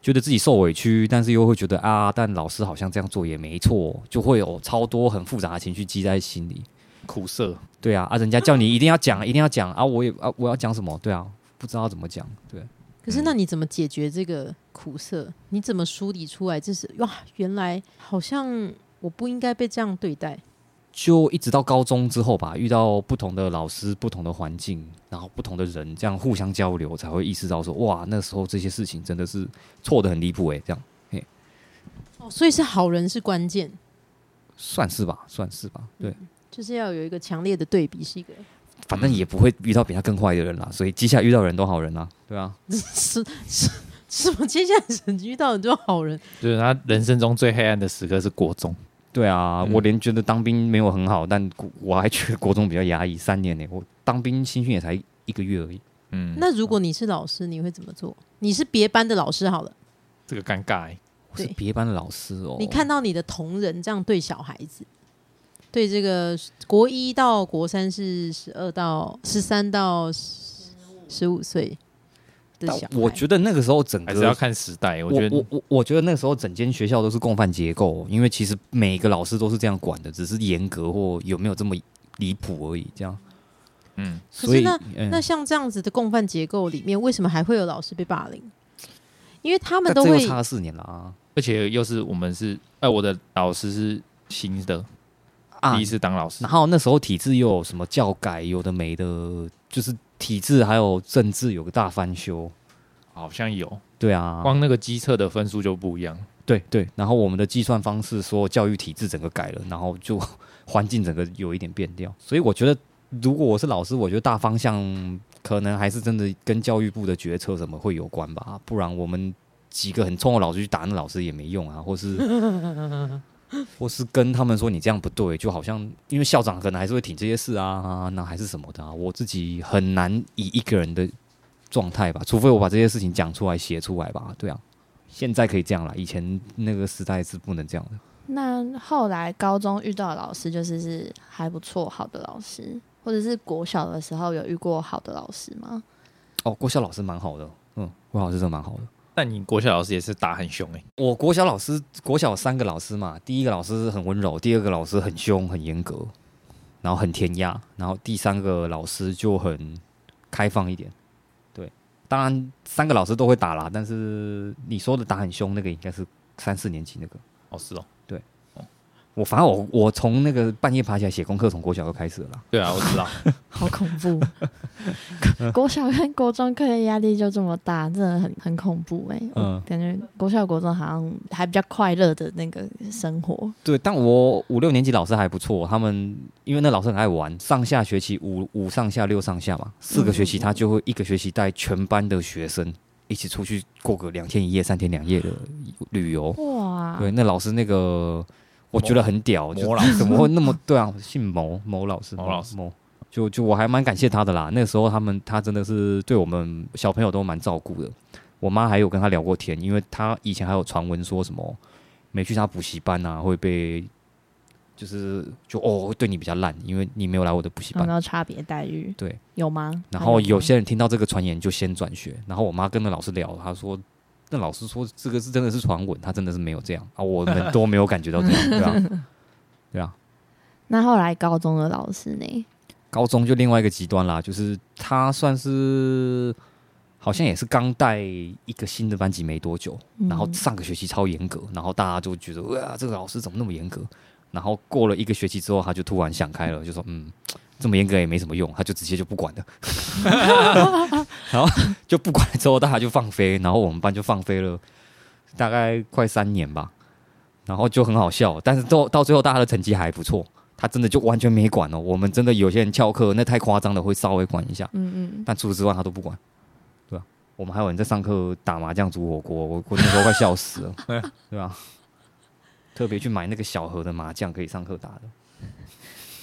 Speaker 1: 觉得自己受委屈，但是又会觉得啊，但老师好像这样做也没错，就会有超多很复杂的情绪积在心里。
Speaker 3: 苦涩。
Speaker 1: 对啊，啊，人家叫你一定要讲，一定要讲啊，我也啊，我要讲什么？对啊，不知道怎么讲，对。
Speaker 4: 可
Speaker 1: 嗯
Speaker 4: 是那你怎么解决这个苦涩？你怎么梳理出来？这是哇，原来好像我不应该被这样对待。
Speaker 1: 就一直到高中之后吧，遇到不同的老师、不同的环境，然后不同的人，这样互相交流，才会意识到说，哇，那时候这些事情真的是错的很离谱诶，这样
Speaker 4: 哦，所以是好人是关键，
Speaker 1: 算是吧，算是吧，对，
Speaker 3: 嗯
Speaker 4: 就是要有一个强烈的对比，是一个 (laughs)
Speaker 1: 反正也不会遇到比他更坏的人啦，所以接下来遇到的人都好人啦，
Speaker 3: 嗯
Speaker 1: 对啊，
Speaker 4: 是是是我接下来是遇到很多好人，
Speaker 1: 嗯
Speaker 3: 就是他人生中最黑暗的时刻是国中，
Speaker 1: 对啊，
Speaker 3: 嗯
Speaker 1: 我连觉得当兵没有很好，但国我还觉得国中比较压抑，三年呢、我当兵新训也才一个月而已，
Speaker 3: 嗯，
Speaker 4: 那如果你是老师，你会怎么做？你是别班的老师好了，
Speaker 3: 这个尴尬、欸，
Speaker 1: 我是
Speaker 4: 对
Speaker 1: 别班的老师哦、
Speaker 4: 你看到你的同仁这样对小孩子，对这个国一到国三是十二到十三到十五岁的
Speaker 1: 但
Speaker 4: 小孩，
Speaker 1: 我觉得那个时候整
Speaker 3: 还是要
Speaker 1: 个。
Speaker 3: 看时代。我
Speaker 1: 我
Speaker 3: 觉得
Speaker 1: 我我我觉得那个时候整间学校都是共犯结构，哦因为其实每个老师都是这样管的，只是严格或有没有这么离谱而已。这样，
Speaker 3: 嗯，
Speaker 4: 可是
Speaker 1: 所以
Speaker 4: 那
Speaker 1: 嗯
Speaker 4: 那像这样子的共犯结构里面，为什么还会有老师被霸凌？因为他们
Speaker 1: 但
Speaker 4: 都
Speaker 1: 这又
Speaker 4: 会
Speaker 1: 差了四年了啊
Speaker 3: 而且又是我们是，哎、我的老师是新的，
Speaker 1: 啊
Speaker 3: 第一！次当老师
Speaker 1: 然，后那时候体制又有什么教改，有的没的，就是体制还有政治有个大翻修。
Speaker 3: 好像有，
Speaker 1: 对啊，
Speaker 3: 光那个机测的分数就不一样。
Speaker 1: 对对，然后我们的计算方式，所有教育体制整个改了，然后就 (laughs) 环境整个有一点变掉。所以我觉得，如果我是老师，我觉得大方向可能还是真的跟教育部的决策什么会有关吧，不然我们几个很冲的老师去打那老师也没用啊，或是或是跟他们说你这样不对，就好像因为校长可能还是会挺这些事啊，那还是什么的、啊，我自己很难以一个人的状态吧，除非我把这些事情讲出来、写出来吧，对啊。现在可以这样了，以前那个时代是不能这样的。
Speaker 2: 那后来高中遇到的老师，就是是还不错，好的老师，或者是国小的时候有遇过好的老师吗？
Speaker 1: 哦，国小老师蛮好的，嗯，国小老师真的蛮好的。
Speaker 3: 但你国小老师也是打很凶哎、
Speaker 1: 我国小老师，国小有三个老师嘛，第一个老师很温柔，第二个老师很凶很严格，然后很填鸭，然后第三个老师就很开放一点。对，当然三个老师都会打啦，但是你说的打很凶那个应该是三四年级那个。
Speaker 3: 哦是哦，
Speaker 1: 我反正我我从那个半夜爬起来写功课，从国小就开始了啦。
Speaker 3: 对啊，我
Speaker 1: (laughs)
Speaker 3: 知道，
Speaker 2: 好恐怖！ (laughs) 国小跟国中课业压力就这么大，真的很很恐怖哎、
Speaker 1: 嗯
Speaker 2: 嗯，感觉国小国中好像还比较快乐的那个生活。
Speaker 1: 对，但我五六年级老师还不错，他们因为那老师很爱玩，上下学期五五上下六上下嘛，四个学期他就会一个学期带全班的学生一起出去过个两天一夜、三天两夜的旅游。
Speaker 2: 哇，
Speaker 1: 对，那老师那个我觉得很屌，就
Speaker 3: 某
Speaker 1: 是 (laughs) 怎么会那么对啊？姓某某老师，
Speaker 3: 某老师
Speaker 1: 某。就就我还蛮感谢他的啦，那时候他们他真的是对我们小朋友都蛮照顾的。我妈还有跟他聊过天，因为他以前还有传闻说什么没去他补习班啊会被，就是就哦对你比较烂，因为你没有来我的补习
Speaker 2: 有
Speaker 1: 班
Speaker 2: 没。有差别待遇？
Speaker 1: 对，
Speaker 2: 有吗？
Speaker 1: 然后
Speaker 2: 还
Speaker 1: 有
Speaker 2: 吗
Speaker 1: 些人听到这个传言就先转学，然后我妈跟那老师聊，她说那老师说这个是真的是传闻，他真的是没有这样啊，我们都没有感觉到这样，对啊，对啊。
Speaker 2: 那后来高中的老师呢？
Speaker 1: 高中就另外一个极端啦，就是他算是好像也是刚带一个新的班级没多久，
Speaker 2: 嗯
Speaker 1: 然后上个学期超严格，然后大家就觉得哇，这个老师怎么那么严格？然后过了一个学期之后，他就突然想开了，就说嗯，这么严格也没什么用，他就直接就不管了， (laughs) 然后就不管了之后，大家就放飞，然后我们班就放飞了，大概快三年吧，然后就很好笑，但是到到最后大家的成绩还不错，他真的就完全没管哦，我们真的有些人翘课，那太夸张了，会稍微管一下，
Speaker 2: 嗯嗯，
Speaker 1: 但除此之外他都不管，对吧、我们还有人在上课打麻将、煮火锅，我我那时候快笑死 (laughs) 了，对吧、特别去买那个小盒的麻将，可以上课打的。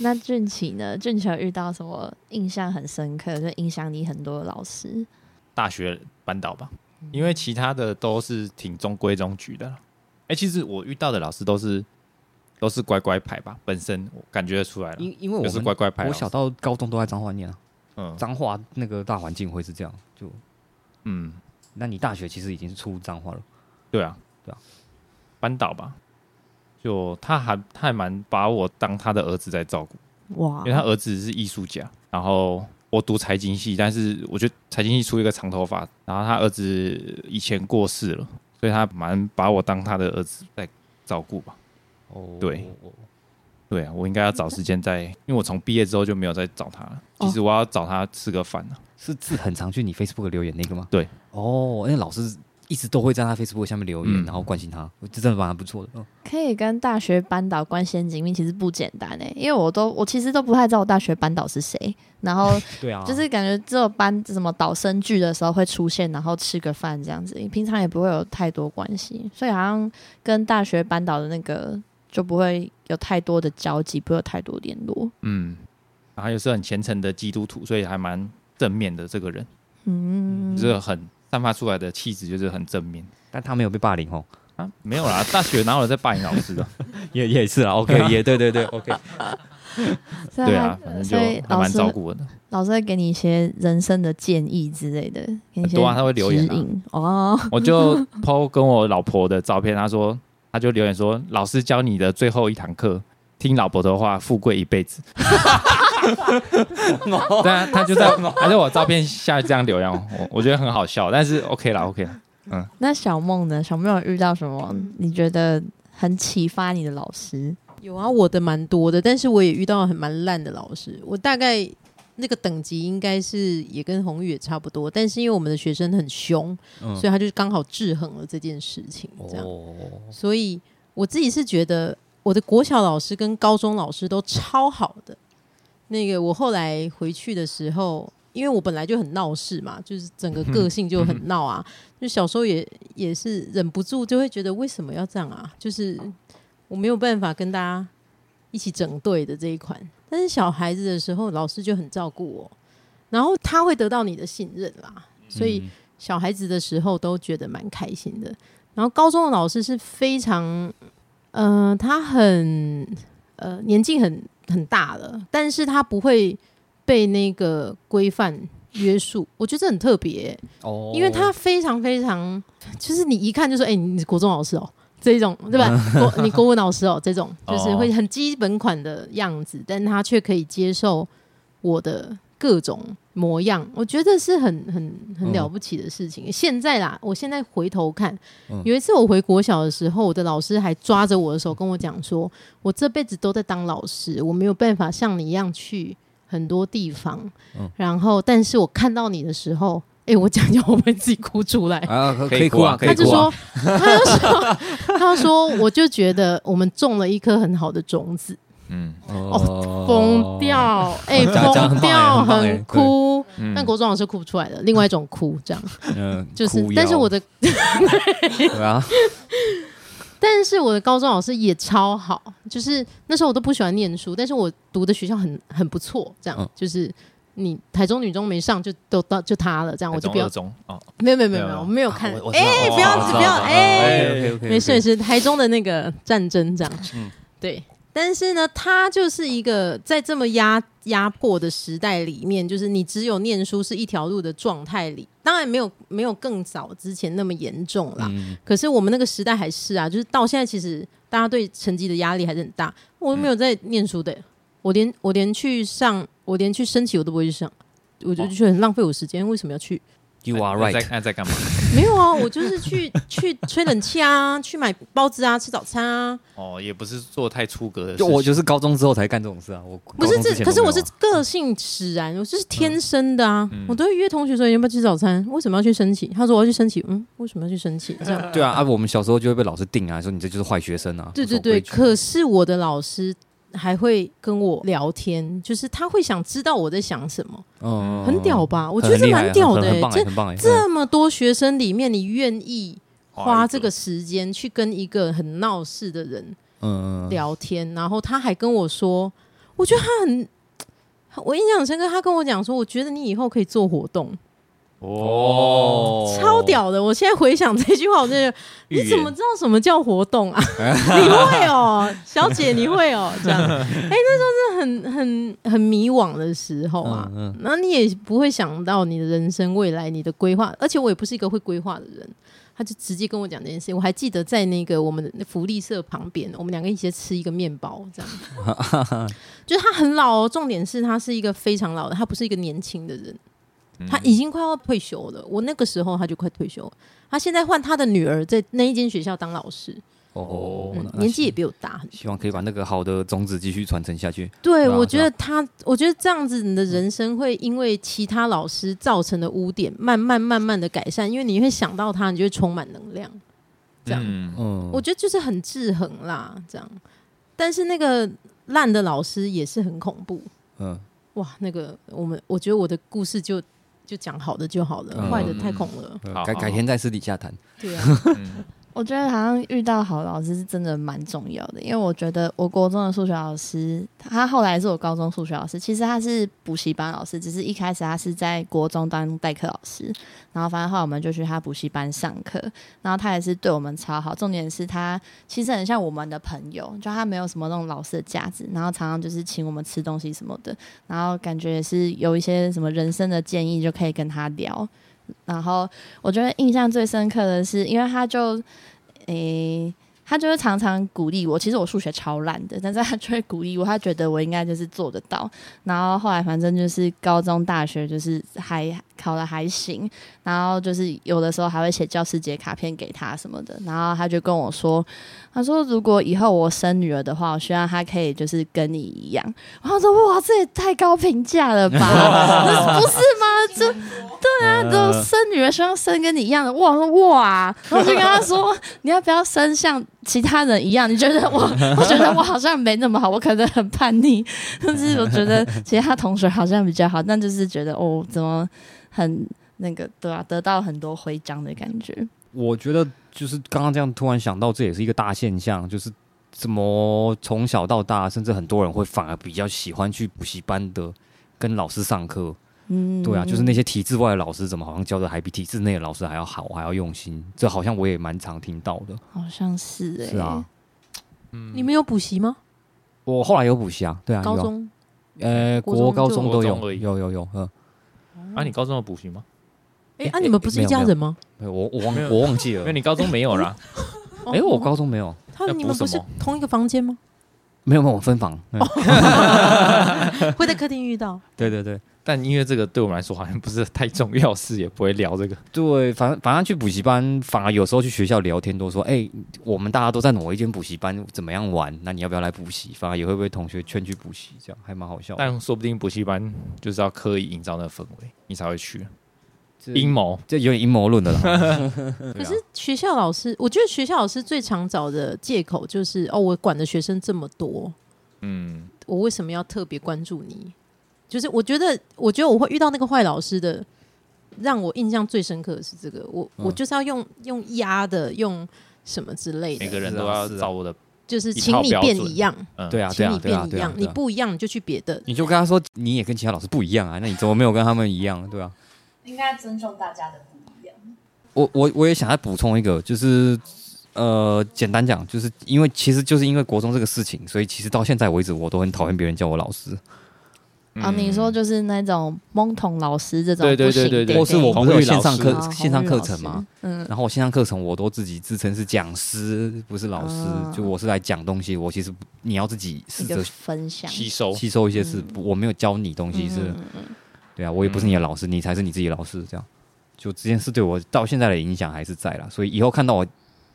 Speaker 2: 那俊奇呢？俊奇有遇到什么印象很深刻，就影响你很多的老师？
Speaker 3: 大学班导吧，因为其他的都是挺中规中矩的啦。哎、其实我遇到的老师都是都是乖乖牌吧，本身我感觉得出来了，
Speaker 1: 因因为我
Speaker 3: 就是
Speaker 1: 们
Speaker 3: 乖乖牌老
Speaker 1: 我
Speaker 3: 师。
Speaker 1: 小到高中都在彰化念啊，
Speaker 3: 嗯
Speaker 1: 彰化那个大环境会是这样，就
Speaker 3: 嗯，
Speaker 1: 那你大学其实已经是出彰化了，
Speaker 3: 对啊，
Speaker 1: 对啊，
Speaker 3: 班导吧，就他还他还蛮把我当他的儿子在照顾，
Speaker 2: 哇
Speaker 4: 啊
Speaker 3: 因为他儿子是艺术家，然后我读财经系，但是我觉得财经系出一个长头发，然后他儿子以前过世了，所以他蛮把我当他的儿子在照顾吧。
Speaker 1: 哦
Speaker 3: 对，
Speaker 1: 我
Speaker 3: 对啊，我应该要找时间再，因为我从毕业之后就没有再找他了。其实我要找他吃个饭啊。
Speaker 1: 是字很常去你 Facebook 留言那个吗？
Speaker 3: 对，
Speaker 1: 哦，因为老师一直都会在他 Facebook 下面留言，
Speaker 3: 嗯
Speaker 1: 然后关心他，我这真的蛮不错的。嗯
Speaker 2: 可以跟大学班导关系很紧密，其实不简单哎、因为我都我其实都不太知道我大学班导是谁，然后
Speaker 1: 对啊，
Speaker 2: 就是感觉只有班什么导生剧的时候会出现，然后吃个饭这样子，平常也不会有太多关系，所以好像跟大学班导的那个就不会有太多的交集，不会有太多联络。
Speaker 3: 嗯，然后他又是很虔诚的基督徒，所以还蛮正面的这个人，
Speaker 2: 嗯，
Speaker 3: 就是很散发出来的气质就是很正面
Speaker 1: 但他没有被霸凌哦，
Speaker 3: 啊。没有啦，大学哪有在霸凌老师的？
Speaker 1: 也也是啦，OK，也 (laughs) 对对对，OK，
Speaker 2: 所以
Speaker 3: 对
Speaker 2: 他
Speaker 3: 啊，反正就
Speaker 2: 所以
Speaker 3: 还
Speaker 2: 老
Speaker 3: 蛮
Speaker 2: 师
Speaker 3: 照顾我的。
Speaker 2: 老师会给你一些人生的建议之类的，给你一些
Speaker 3: 很多啊他会留言啊
Speaker 2: 指引哦， (laughs)
Speaker 3: 我就 PO 跟我老婆的照片，他说他就留言说：“老师教你的最后一堂课，听老婆的话，富贵一
Speaker 1: (laughs)
Speaker 3: 辈子。”对啊，他就在他在我照片下这样留言，我我觉得很好笑，但是 OK 啦 OK 啦，
Speaker 2: 那小梦呢？小梦有遇到什么
Speaker 3: 嗯
Speaker 2: 你觉得很启发你的老师？
Speaker 4: 有啊，我的蛮多的，但是我也遇到很蛮烂的老师。我大概那个等级应该是也跟红玉也差不多，但是因为我们的学生很凶，
Speaker 1: 嗯
Speaker 4: 所以他就刚好制衡了这件事情，这样。
Speaker 1: 哦，
Speaker 4: 所以我自己是觉得我的国小老师跟高中老师都超好的。那个我后来回去的时候，因为我本来就很闹事嘛，就是整个个性就很闹
Speaker 1: 嗯
Speaker 4: 啊，就小时候也也是忍不住就会觉得为什么要这样啊？就是我没有办法跟大家一起整队的这一款。但是小孩子的时候，老师就很照顾我，然后他会得到你的信任啦，所以
Speaker 1: 嗯
Speaker 4: 小孩子的时候都觉得蛮开心的。然后高中的老师是非常，呃，他很呃年纪很很大了，但是他不会被那个规范约束，我觉得这很特别、
Speaker 1: 哦，
Speaker 4: 因为他非常非常，就是你一看就说，哎、你是国中老师哦，这一种对吧？国你国文老师哦，这种就是会很基本款的样子，但他却可以接受我的各种模样，我觉得是很很很了不起的事情。现在啦，我现在回头看，
Speaker 1: 嗯
Speaker 4: 有一次我回国小的时候，我的老师还抓着我的手跟我讲说，我这辈子都在当老师，我没有办法像你一样去很多地方。
Speaker 1: 嗯
Speaker 4: 然后，但是我看到你的时候，哎、我讲讲我会自己哭出来。
Speaker 1: 啊，可
Speaker 3: 可以
Speaker 1: 以
Speaker 3: 哭
Speaker 1: 哭
Speaker 3: 啊
Speaker 1: 啊，
Speaker 3: 可
Speaker 1: 可
Speaker 3: 以
Speaker 1: 以
Speaker 3: 哭
Speaker 4: 他就
Speaker 1: 哭啊，
Speaker 4: 说，他就说，他说，我就觉得我们种了一颗很好的种子，
Speaker 3: 嗯
Speaker 1: 哦
Speaker 4: 疯，掉，哎、
Speaker 1: 讲讲
Speaker 4: 疯
Speaker 1: 很棒
Speaker 4: 掉，
Speaker 1: 哎很棒哎
Speaker 4: 很哭。
Speaker 3: 嗯
Speaker 4: 但国中老师哭不出来的，另外一种哭，这样
Speaker 1: 嗯，
Speaker 4: 就是
Speaker 1: 哭。
Speaker 4: 但是
Speaker 1: 腰
Speaker 4: 我的，
Speaker 1: 对啊，
Speaker 4: 但是我的高中老师也超好，就是那时候我都不喜欢念书，但是我读的学校很很不错，这样、
Speaker 1: 嗯
Speaker 4: 就是。你台中女中没上就都到就他了，这样我
Speaker 3: 台
Speaker 4: 就
Speaker 3: 中
Speaker 4: 不要
Speaker 3: 二中哦，
Speaker 4: 没有没有没有没
Speaker 3: 没
Speaker 4: 有，
Speaker 3: 有
Speaker 4: 我没有 (laughs) 看。
Speaker 1: 我我知道
Speaker 4: 哎，
Speaker 1: 哦
Speaker 4: 不要
Speaker 1: 我知道
Speaker 4: 不要，
Speaker 1: 我知道
Speaker 4: 哎，
Speaker 1: ，OK，OK，OK，
Speaker 4: 没事没事，台中的那个战争这样
Speaker 3: 嗯，
Speaker 4: 对。但是呢，他就是一个在这么压压迫的时代里面，就是你只有念书是一条路的状态里，当然没有没有更早之前那么严重啦。
Speaker 1: 嗯，
Speaker 4: 可是我们那个时代还是啊，就是到现在，其实大家对成绩的压力还是很大。我没有在念书的，我连我连去上，我连去升旗我都不会去上，我就觉得很浪费我时间，为什么要去？
Speaker 1: ，You are
Speaker 3: 那在
Speaker 1: right，
Speaker 3: 那在干嘛？
Speaker 4: 没有啊，我就是去去吹冷气啊，去买包子啊，吃早餐啊，
Speaker 3: 哦，也不是做太出格的事
Speaker 1: 就
Speaker 3: 情，
Speaker 1: 我就是高中之后才干这种事啊，我
Speaker 4: 不
Speaker 1: 高
Speaker 4: 是
Speaker 1: 中之
Speaker 4: 这，
Speaker 1: 前
Speaker 4: 可
Speaker 1: 都
Speaker 4: 是
Speaker 1: 没
Speaker 4: 我
Speaker 1: 有
Speaker 4: 是
Speaker 1: 啊嗯
Speaker 4: 个性使然，我就是天生的啊。我都会约同学说你要不要吃早餐，为什么要去升旗？他说我要去升旗，嗯，为什么要去升旗？
Speaker 1: (laughs)
Speaker 4: 这样，
Speaker 1: 对啊，啊，我们小时候就会被老师定啊，说你这就是坏学生啊，
Speaker 4: 对
Speaker 1: 不守
Speaker 4: 对
Speaker 1: 规
Speaker 4: 对。
Speaker 1: 矩
Speaker 4: 可是我的老师还会跟我聊天，就是他会想知道我在想什么，
Speaker 1: 嗯
Speaker 4: 很屌吧？我觉得
Speaker 1: 很
Speaker 4: 这
Speaker 1: 厉害
Speaker 4: 蛮屌的、
Speaker 1: 很很
Speaker 4: 欸
Speaker 1: 棒，哎，
Speaker 4: 这
Speaker 1: 很棒哎，嗯
Speaker 4: 这么多学生里面，你愿意花
Speaker 3: 花
Speaker 4: 这个时间去跟一个很闹事的人。
Speaker 1: 嗯嗯
Speaker 4: 聊天，然后他还跟我说，我觉得他很，我印象很深刻，他跟我讲说，我觉得你以后可以做活动，
Speaker 1: 哦，
Speaker 4: 超屌的。我现在回想这句话，我真的觉得
Speaker 3: 预言
Speaker 4: 你怎么知道什么叫活动啊？你会哦，小姐你会哦，这样。哎、那时候是很很很迷惘的时候啊，
Speaker 1: 嗯
Speaker 4: 那、你也不会想到你的人生未来你的规划，而且我也不是一个会规划的人。他就直接跟我讲这件事情，我还记得在那个我们的福利社旁边，我们两个一起吃一个面包，这样。
Speaker 1: (laughs)
Speaker 4: 就是他很老、哦，重点是他是一个非常老的，他不是一个年轻的人，
Speaker 1: 嗯
Speaker 4: 他已经快要退休了。我那个时候他就快退休了，他现在换他的女儿在那一间学校当老师，
Speaker 1: 哦，
Speaker 4: 嗯
Speaker 1: 那那
Speaker 4: 年纪也比我大很多。
Speaker 1: 希望可以把那个好的种子继续传承下去。
Speaker 4: 对，
Speaker 1: 对啊嗯
Speaker 4: 我觉得他，我觉得这样子你的人生会因为其他老师造成的污点，慢慢慢慢的改善，因为你会想到他，你就会充满能量。这样
Speaker 3: 嗯，
Speaker 1: 嗯，
Speaker 4: 我觉得就是很制衡啦，这样。但是那个烂的老师也是很恐怖，
Speaker 1: 嗯
Speaker 4: 哇，那个我们我觉得我的故事就就讲好的就好了，
Speaker 1: 嗯
Speaker 4: 坏、的太恐了。
Speaker 1: 嗯
Speaker 3: 好
Speaker 1: 改
Speaker 3: 好
Speaker 1: 改天再私底下谈。
Speaker 4: 对啊，
Speaker 3: 嗯
Speaker 2: 我觉得好像遇到好老师是真的蛮重要的，因为我觉得我国中的数学老师，他后来是我高中数学老师，其实他是补习班老师，只是一开始他是在国中当代课老师，然后反正后来我们就去他补习班上课，然后他也是对我们超好，重点是他其实很像我们的朋友，就他没有什么那种老师的架子，然后常常就是请我们吃东西什么的，然后感觉也是有一些什么人生的建议就可以跟他聊。然后我觉得印象最深刻的是，因为他就诶、他就会常常鼓励我。其实我数学超烂的，但是他就会鼓励我，他觉得我应该就是做得到。然后后来反正就是高中、大学就是还考的还行，然后就是有的时候还会写教师节卡片给他什么的。然后他就跟我说，他说如果以后我生女儿的话，我希望她可以就是跟你一样。然后我说哇，这也太高评价了吧？不是吗？这
Speaker 1: 那
Speaker 2: 都生女儿，希望生跟你一样的。哇我说哇，然后我就跟他说，你要不要生像其他人一样？你觉得我， (laughs) 我觉得我好像没那么好，我可能很叛逆， (laughs) 但是我觉得其他同学好像比较好，但就是觉得哦，怎么很那个对啊，得到很多徽章的感觉。
Speaker 1: 我觉得就是刚刚这样突然想到，这也是一个大现象，就是怎么从小到大，甚至很多人会反而比较喜欢去补习班的，跟老师上课。
Speaker 2: 嗯，
Speaker 1: 对啊，就是那些体制外的老师，怎么好像教的还比体制内的老师还要好，还要用心？这好像我也蛮常听到的。
Speaker 2: 好像是哎、
Speaker 1: 是啊，
Speaker 4: 你们有补习吗？
Speaker 1: 我后来有补习啊，对啊，
Speaker 4: 高
Speaker 1: 嗯有啊
Speaker 4: 中
Speaker 1: 呃，
Speaker 4: 国
Speaker 1: 国
Speaker 4: 中
Speaker 1: 高
Speaker 4: 就
Speaker 1: 中都
Speaker 3: 国中
Speaker 1: 有，
Speaker 3: 而已
Speaker 1: 有有有，嗯，
Speaker 3: 啊，你高中有补习吗？
Speaker 4: 哎、
Speaker 1: 诶
Speaker 4: 啊，你们不是一家人吗？
Speaker 1: 没有我我忘
Speaker 3: (laughs) 没有
Speaker 1: 我忘记
Speaker 3: 因
Speaker 1: 了
Speaker 3: 为，你高中没有 (laughs) 啦，
Speaker 4: 哦
Speaker 1: 哎，我高中没有，
Speaker 4: 他
Speaker 3: 要
Speaker 4: 你
Speaker 3: 补
Speaker 4: 们
Speaker 3: 什
Speaker 4: 不是
Speaker 3: 么
Speaker 4: 同一个房间吗？
Speaker 1: 没有没有我分
Speaker 4: (laughs)
Speaker 1: 房，嗯
Speaker 4: 会在客厅遇到？
Speaker 1: 对对对。
Speaker 3: 但因为这个对我们来说好像不是太重要，事也不会聊这个。
Speaker 1: 对，反正反正去补习班，反而有时候去学校聊天都说，哎、我们大家都在某一间补习班，怎么样玩？那你要不要来补习？反而也会被同学劝去补习，这样还蛮好笑的。
Speaker 3: 但说不定补习班就是要刻意营造那个氛围，你才会去。
Speaker 1: 这
Speaker 3: 阴谋，
Speaker 1: 这有点阴谋论的
Speaker 3: (laughs)
Speaker 1: 啦。
Speaker 4: 可是学校老师，我觉得学校老师最常找的借口就是哦，我管的学生这么多，
Speaker 3: 嗯，
Speaker 4: 我为什么要特别关注你？就是我觉得，我觉得我会遇到那个坏老师的，让我印象最深刻的是这个。我、
Speaker 1: 嗯
Speaker 4: 我就是要用用压的，用什么之类
Speaker 3: 每
Speaker 4: 的，
Speaker 3: 个人
Speaker 1: 是啊
Speaker 3: 都要
Speaker 1: 是啊
Speaker 3: 找我的，
Speaker 4: 就是
Speaker 3: 一
Speaker 4: 请
Speaker 3: 套
Speaker 4: 你
Speaker 3: 标
Speaker 4: 变
Speaker 3: 准
Speaker 4: 一样，
Speaker 3: 嗯，
Speaker 1: 对啊，对
Speaker 4: 请
Speaker 1: 啊，
Speaker 4: 你
Speaker 1: 对啊，
Speaker 4: 变一
Speaker 1: 对啊
Speaker 4: 样，，
Speaker 1: 对
Speaker 4: 你
Speaker 1: 啊嗯
Speaker 4: 不一样你就去别的。
Speaker 1: 你就跟他说你也跟其他老师不一样啊，那你怎么没有跟他们一样？对啊，
Speaker 2: 应该尊重大家的不一样。
Speaker 1: 我我我也想再补充一个，就是呃，简单讲，就是因为其实就是因为国中这个事情，所以其实到现在为止，我都很讨厌别人叫我老师。嗯
Speaker 4: 哦
Speaker 2: 啊，你说就是那种懵懂老师这种
Speaker 3: 对对
Speaker 2: 不行
Speaker 3: 对对对
Speaker 2: 的
Speaker 1: 或是我
Speaker 3: 红
Speaker 1: 不是
Speaker 3: 绿
Speaker 1: 有线
Speaker 3: 老
Speaker 1: 上
Speaker 3: 师
Speaker 1: 课
Speaker 2: 啊红
Speaker 1: 线上
Speaker 2: 绿
Speaker 1: 课
Speaker 2: 老
Speaker 1: 程
Speaker 2: 师
Speaker 1: 吗？
Speaker 2: 嗯，
Speaker 1: 然后我线上课程我都自己自称是讲师，不是老师，
Speaker 2: 啊
Speaker 1: 就我是来讲东西。我其实不你要自己试
Speaker 2: 一
Speaker 1: 着
Speaker 2: 个分享
Speaker 3: 吸收，
Speaker 1: 吸收一些事，不我没有教你东西是，
Speaker 2: 嗯嗯
Speaker 1: 对啊，我也不是你的老师，你才是你自己的老师。这样，就这件事对我到现在的影响还是在啦，所以以后看到我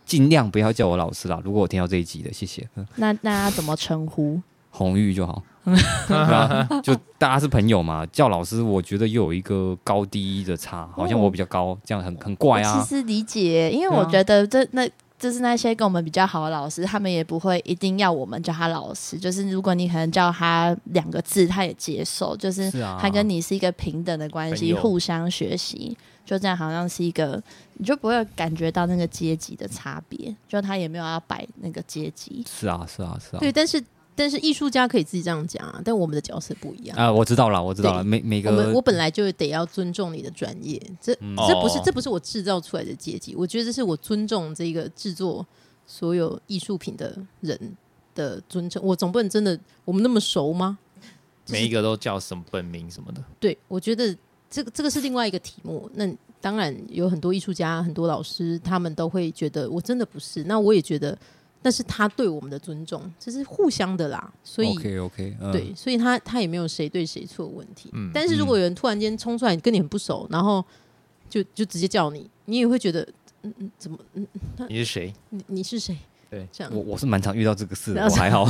Speaker 1: 尽量不要叫我老师啦。如果我听到这一集的，谢谢，嗯
Speaker 2: 那那要怎么称呼？
Speaker 1: 红玉
Speaker 2: (laughs)
Speaker 1: 就好。对啊就大家是朋友嘛，叫老师，我觉得又有一个高低的差，好像我比较高，这样很很怪
Speaker 2: 哦我
Speaker 1: 啊。
Speaker 2: 其实理解，因为我觉得这那。就是那些跟我们比较好的老师，他们也不会一定要我们叫他老师。就是如果你可能叫他两个字，他也接受。就是
Speaker 1: 是啊
Speaker 2: 他跟你是一个平等的关系，
Speaker 3: 朋友
Speaker 2: 互相学习，就这样好像是一个，你就不会感觉到那个阶级的差别。就他也没有要摆那个阶级，
Speaker 1: 是啊，是啊，是啊。
Speaker 4: 对，但是但是艺术家可以自己这样讲啊，但我们的角色不一样。
Speaker 1: 啊、我知道了，我知道了，
Speaker 4: 对
Speaker 1: 每每
Speaker 4: 我们
Speaker 1: 个
Speaker 4: 我本来就得要尊重你的专业，这、这不是
Speaker 3: 哦
Speaker 4: 这不是我制造出来的阶级，我觉得这是我尊重这个制作所有艺术品的人的尊称。我总不能真的我们那么熟吗？
Speaker 3: 每一个都叫什么本名什么的，
Speaker 4: 对，我觉得这个这个是另外一个题目。那当然有很多艺术家、很多老师，他们都会觉得我真的不是。那我也觉得那是他对我们的尊重，这是互相的啦。所以
Speaker 1: OK OK，、嗯、
Speaker 4: 对，所以他他也没有谁对谁错的问题。
Speaker 3: 嗯
Speaker 4: 但是如果有人突然间冲出来跟你很不熟，然后就就直接叫你，你也会觉得，嗯嗯，怎么
Speaker 3: 你是谁？
Speaker 4: 你你是谁？
Speaker 3: 对
Speaker 4: 这样
Speaker 1: 我。我是蛮常遇到这个事的，
Speaker 4: 了
Speaker 1: 我
Speaker 4: 解
Speaker 1: 还
Speaker 4: (laughs)
Speaker 1: 好。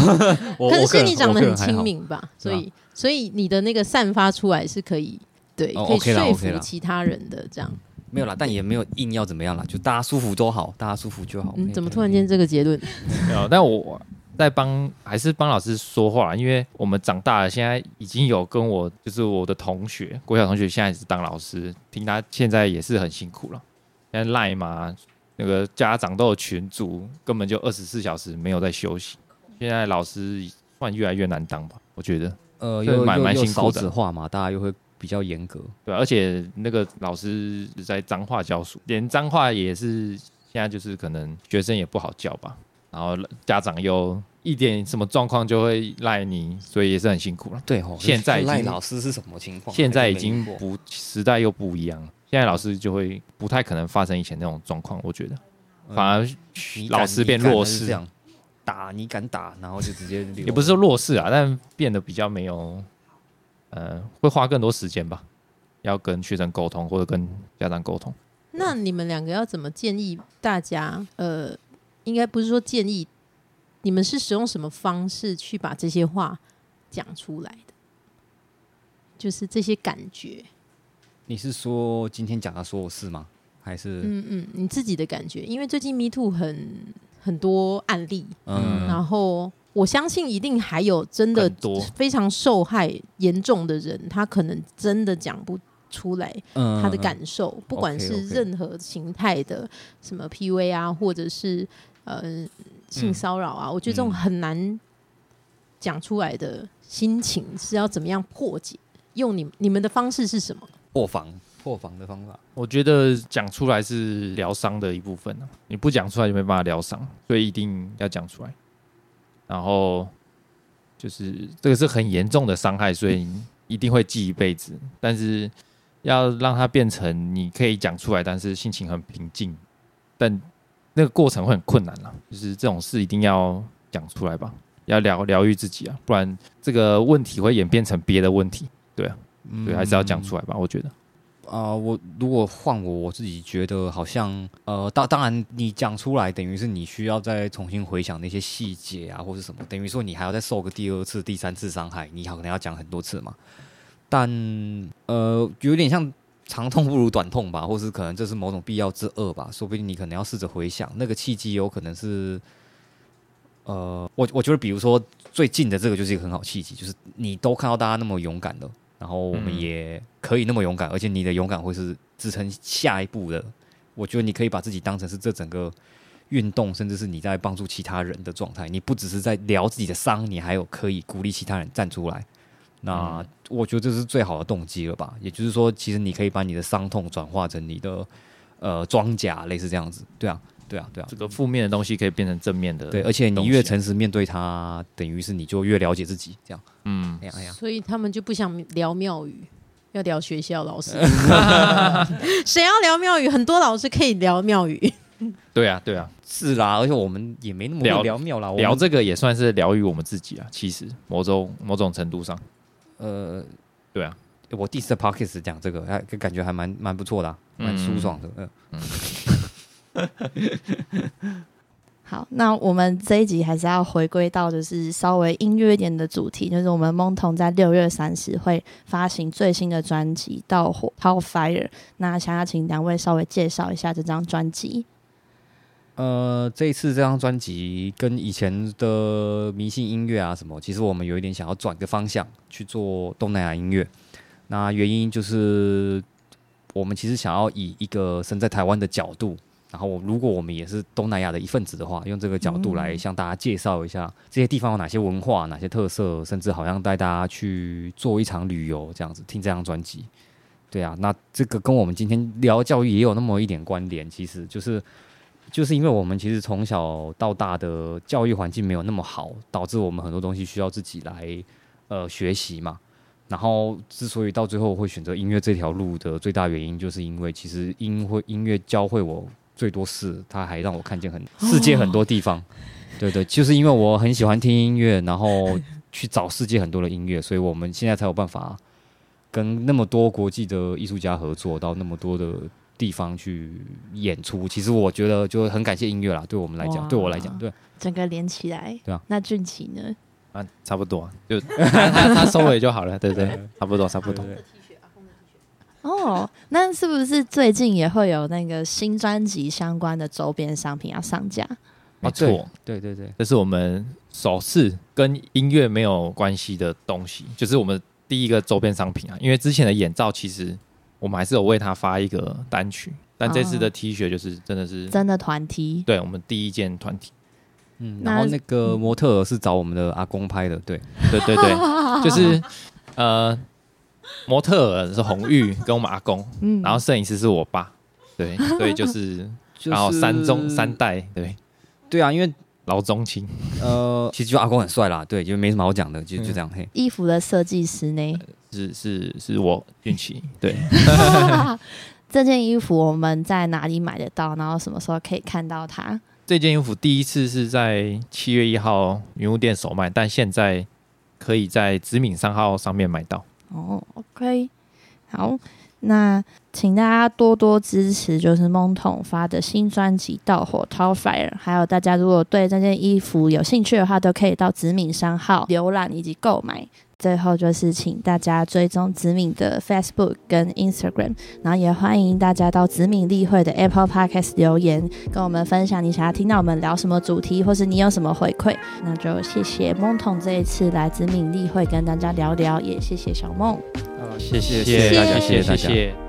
Speaker 1: 我我
Speaker 4: 可是
Speaker 1: 个
Speaker 4: 是
Speaker 1: 人
Speaker 4: 你长
Speaker 1: 我
Speaker 4: 得
Speaker 1: 个
Speaker 4: 很
Speaker 1: 人还
Speaker 4: 亲
Speaker 1: 好
Speaker 4: 民吧，所
Speaker 1: 对啊
Speaker 4: 以所以你的那个散发出来是可以对，
Speaker 1: 哦
Speaker 4: 可以
Speaker 1: OK 啦
Speaker 4: 说
Speaker 1: OK
Speaker 4: 服
Speaker 1: 啦
Speaker 4: 其他人的这样。
Speaker 1: 没有啦，但也没有硬要怎么样啦，就大家舒服都好，大家舒服就好。
Speaker 4: 嗯，
Speaker 1: 嘿
Speaker 4: 怎么突然间？这个结论？
Speaker 3: 没有，呃但我在帮还是帮老师说话，因为我们长大了，现在已经有跟我就是我的同学，国小同学现在也是当老师，听他现在也是很辛苦了。现在赖嘛，那个家长都有群组，根本就二十四小时没有在休息。现在老师算越来越难当吧，我觉得。
Speaker 1: 呃，
Speaker 3: 对
Speaker 1: 又
Speaker 3: 蛮
Speaker 1: 又
Speaker 3: 蛮
Speaker 1: 又
Speaker 3: 辛苦
Speaker 1: 少
Speaker 3: 的
Speaker 1: 子化嘛，大家又会比较严格。
Speaker 3: 对啊、而且那个老师是在彰化教书，连彰化也是现在就是可能学生也不好教吧，然后家长又一点什么状况就会赖你，所以也是很辛苦了。
Speaker 1: 对哦，
Speaker 3: 现在已经
Speaker 1: 赖老师是什么情况？
Speaker 3: 现在
Speaker 1: 还
Speaker 3: 已
Speaker 1: 是没遇
Speaker 3: 经
Speaker 1: 过
Speaker 3: 不时代又不一样了，现在老师就会不太可能发生以前那种状况，我觉得
Speaker 1: 嗯
Speaker 3: 反而
Speaker 1: 你敢
Speaker 3: 老师变
Speaker 1: 你敢
Speaker 3: 弱
Speaker 1: 他是
Speaker 3: 势
Speaker 1: 这，样打你敢打，然后就直接溜
Speaker 3: (laughs) 也不是说弱势啊，但变得比较没有，呃，会花更多时间吧，要跟学生沟通或者跟家长沟通。
Speaker 4: 那你们两个要怎么建议大家？呃，应该不是说建议，你们是使用什么方式去把这些话讲出来的？就是这些感觉，
Speaker 1: 你是说今天讲的所有事吗？还是嗯
Speaker 4: 嗯嗯，你自己的感觉，因为最近 Me Too 很很多案例，
Speaker 3: 嗯
Speaker 4: 然后我相信一定还有真的
Speaker 3: 更多
Speaker 4: 非常受害严重的人，他可能真的讲不出来
Speaker 1: 嗯
Speaker 4: 他的感受，不管是
Speaker 1: OK，OK
Speaker 4: 任何形态的什么 PUA 啊，或者是呃性
Speaker 1: 嗯
Speaker 4: 骚扰啊，我觉得这种
Speaker 1: 嗯
Speaker 4: 很难讲出来的心情是要怎么样破解？用你你们的方式是什么？
Speaker 1: 破防破防的方法。
Speaker 3: 我觉得讲出来是疗伤的一部分啊，你不讲出来就没办法疗伤，所以一定要讲出来。然后就是这个是很严重的伤害，所以一定会记一辈子。但是要让它变成你可以讲出来，但是心情很平静，但那个过程会很困难啦。就是这种事一定要讲出来吧，要疗疗愈自己啊，不然这个问题会演变成别的问题。
Speaker 1: 嗯
Speaker 3: 对，还是要讲出来吧，我觉得。
Speaker 1: 啊、我如果换我，我自己觉得好像呃，当当然你讲出来，等于是你需要再重新回想那些细节啊，或是什么，等于说你还要再受个第二次、第三次伤害，你可能要讲很多次嘛。但呃，有点像长痛不如短痛吧， (laughs) 或是可能这是某种必要之恶吧，说不定你可能要试着回想那个契机，有可能是。呃，我我觉得，比如说最近的这个就是一个很好契机，就是你都看到大家那么勇敢了，然后我们
Speaker 3: 嗯
Speaker 1: 也可以那么勇敢，而且你的勇敢会是支撑下一步的。我觉得你可以把自己当成是这整个运动，甚至是你在帮助其他人的状态。你不只是在疗自己的伤，你还有可以鼓励其他人站出来。那
Speaker 3: 嗯
Speaker 1: 我觉得这是最好的动机了吧？也就是说，其实你可以把你的伤痛转化成你的呃装甲，类似这样子。对啊，对啊，对啊
Speaker 3: 这。个负面的东西可以变成正面的，
Speaker 1: 对，而且你
Speaker 3: 东西啊
Speaker 1: 越诚实面对它，等于是你就越了解自己。这样，
Speaker 3: 嗯
Speaker 1: 哎呀哎呀，
Speaker 4: 所以他们就不想聊庙宇，要聊学校
Speaker 1: (laughs)
Speaker 4: 老师。谁要聊庙宇？很多老师可以聊庙宇。
Speaker 3: 对啊，对啊，
Speaker 1: 是啦，而且我们也没那么
Speaker 3: 聊
Speaker 1: 会聊妙啦，我们
Speaker 3: 聊这个也算是疗愈我们自己啊。其实某种某种程度上，
Speaker 1: 呃，
Speaker 3: 对啊，
Speaker 1: 我第一次 podcast 讲这个，还感觉还蛮蛮不错的啊、蛮舒爽的。嗯，
Speaker 2: 好，那我们这一集还是要回归到就是稍微音乐一点的主题，就是我们梦童在六月三十会发行最新的专辑《盗火 How Fire》，那想要请两位稍微介绍一下这张专辑。
Speaker 1: 呃，这一次这张专辑跟以前的迷信音乐啊什么，其实我们有一点想要转个方向去做东南亚音乐。那原因就是我们其实想要以一个身在台湾的角度，然后我如果我们也是东南亚的一份子的话，用这个角度来向大家介绍一下这些地方有哪些文化、哪些特色，甚至好像带大家去做一场旅游这样子，听这张专辑。对啊，那这个跟我们今天聊教育也有那么一点关联，其实就是就是因为我们其实从小到大的教育环境没有那么好，导致我们很多东西需要自己来呃学习嘛。然后之所以到最后会选择音乐这条路的最大原因，就是因为其实音会音乐教会我最多事，它还让我看见很
Speaker 2: 哦
Speaker 1: 世界很多地方。对对，就是因为我很喜欢听音乐，然后去找世界很多的音乐，所以我们现在才有办法跟那么多国际的艺术家合作，到那么多的地方去演出。其实我觉得就很感谢音乐啦，对我们来讲，
Speaker 2: 哇
Speaker 1: 对我来讲，对
Speaker 2: 整个连起来。
Speaker 1: 对啊
Speaker 2: 那俊奇呢？
Speaker 3: 啊，差不多，就 (laughs) 他他他收尾就好了，对不对？差不多，差不
Speaker 6: 对
Speaker 3: 多。
Speaker 6: 对，
Speaker 2: 哦，那是不是最近也会有那个新专辑相关的周边商品要上架？
Speaker 3: 没
Speaker 1: 没
Speaker 3: 错
Speaker 1: 错，对对对，
Speaker 3: 这是我们首次跟音乐没有关系的东西，就是我们第一个周边商品啊。因为之前的眼罩其实我们还是有为他发一个单曲，但这次的
Speaker 2: 哦
Speaker 3: T 恤就是真的是、
Speaker 2: 真的团体
Speaker 3: 对我们第一件团体，
Speaker 1: 嗯，
Speaker 2: 那
Speaker 1: 然后那个模特儿是找我们的阿公拍的，对，
Speaker 3: 对对对，就是呃，模特儿是红玉跟我们阿公，
Speaker 2: 嗯
Speaker 3: 然后摄影师是我爸，
Speaker 1: (laughs)
Speaker 3: 对，所以就是
Speaker 1: 就是
Speaker 3: 然后三中三代对
Speaker 1: 对啊，因为
Speaker 3: 老中青，
Speaker 1: 呃，嗯其实就阿公很帅啦，对，就没什么好讲的，就就这样嘿。
Speaker 2: 衣服的设计师呢？
Speaker 3: 是是是我运气
Speaker 1: (laughs)
Speaker 3: 对。
Speaker 2: (laughs) 这件衣服我们在哪里买得到？然后什么时候可以看到它？
Speaker 3: 这件衣服第一次是在七月一号云雾店首卖，但现在可以在直敏三号上面买到。
Speaker 2: 哦，OK，好，那请大家多多支持，就是梦筒发的新专辑《盗火 t o w Fire》，还有大家如果对这件衣服有兴趣的话，都可以到紫敏商号浏览以及购买。最后就是请大家追踪紫敏的 Facebook 跟 Instagram，然后也欢迎大家到紫敏例会的 Apple Podcast 留言，跟我们分享你想要听到我们聊什么主题，或是你有什么回馈。那就谢谢梦筒这一次来紫敏例会跟大家聊聊，也谢谢小梦。
Speaker 3: 谢
Speaker 1: 谢谢大家谢
Speaker 3: 谢
Speaker 1: 谢大
Speaker 3: 谢
Speaker 1: 家
Speaker 3: 谢。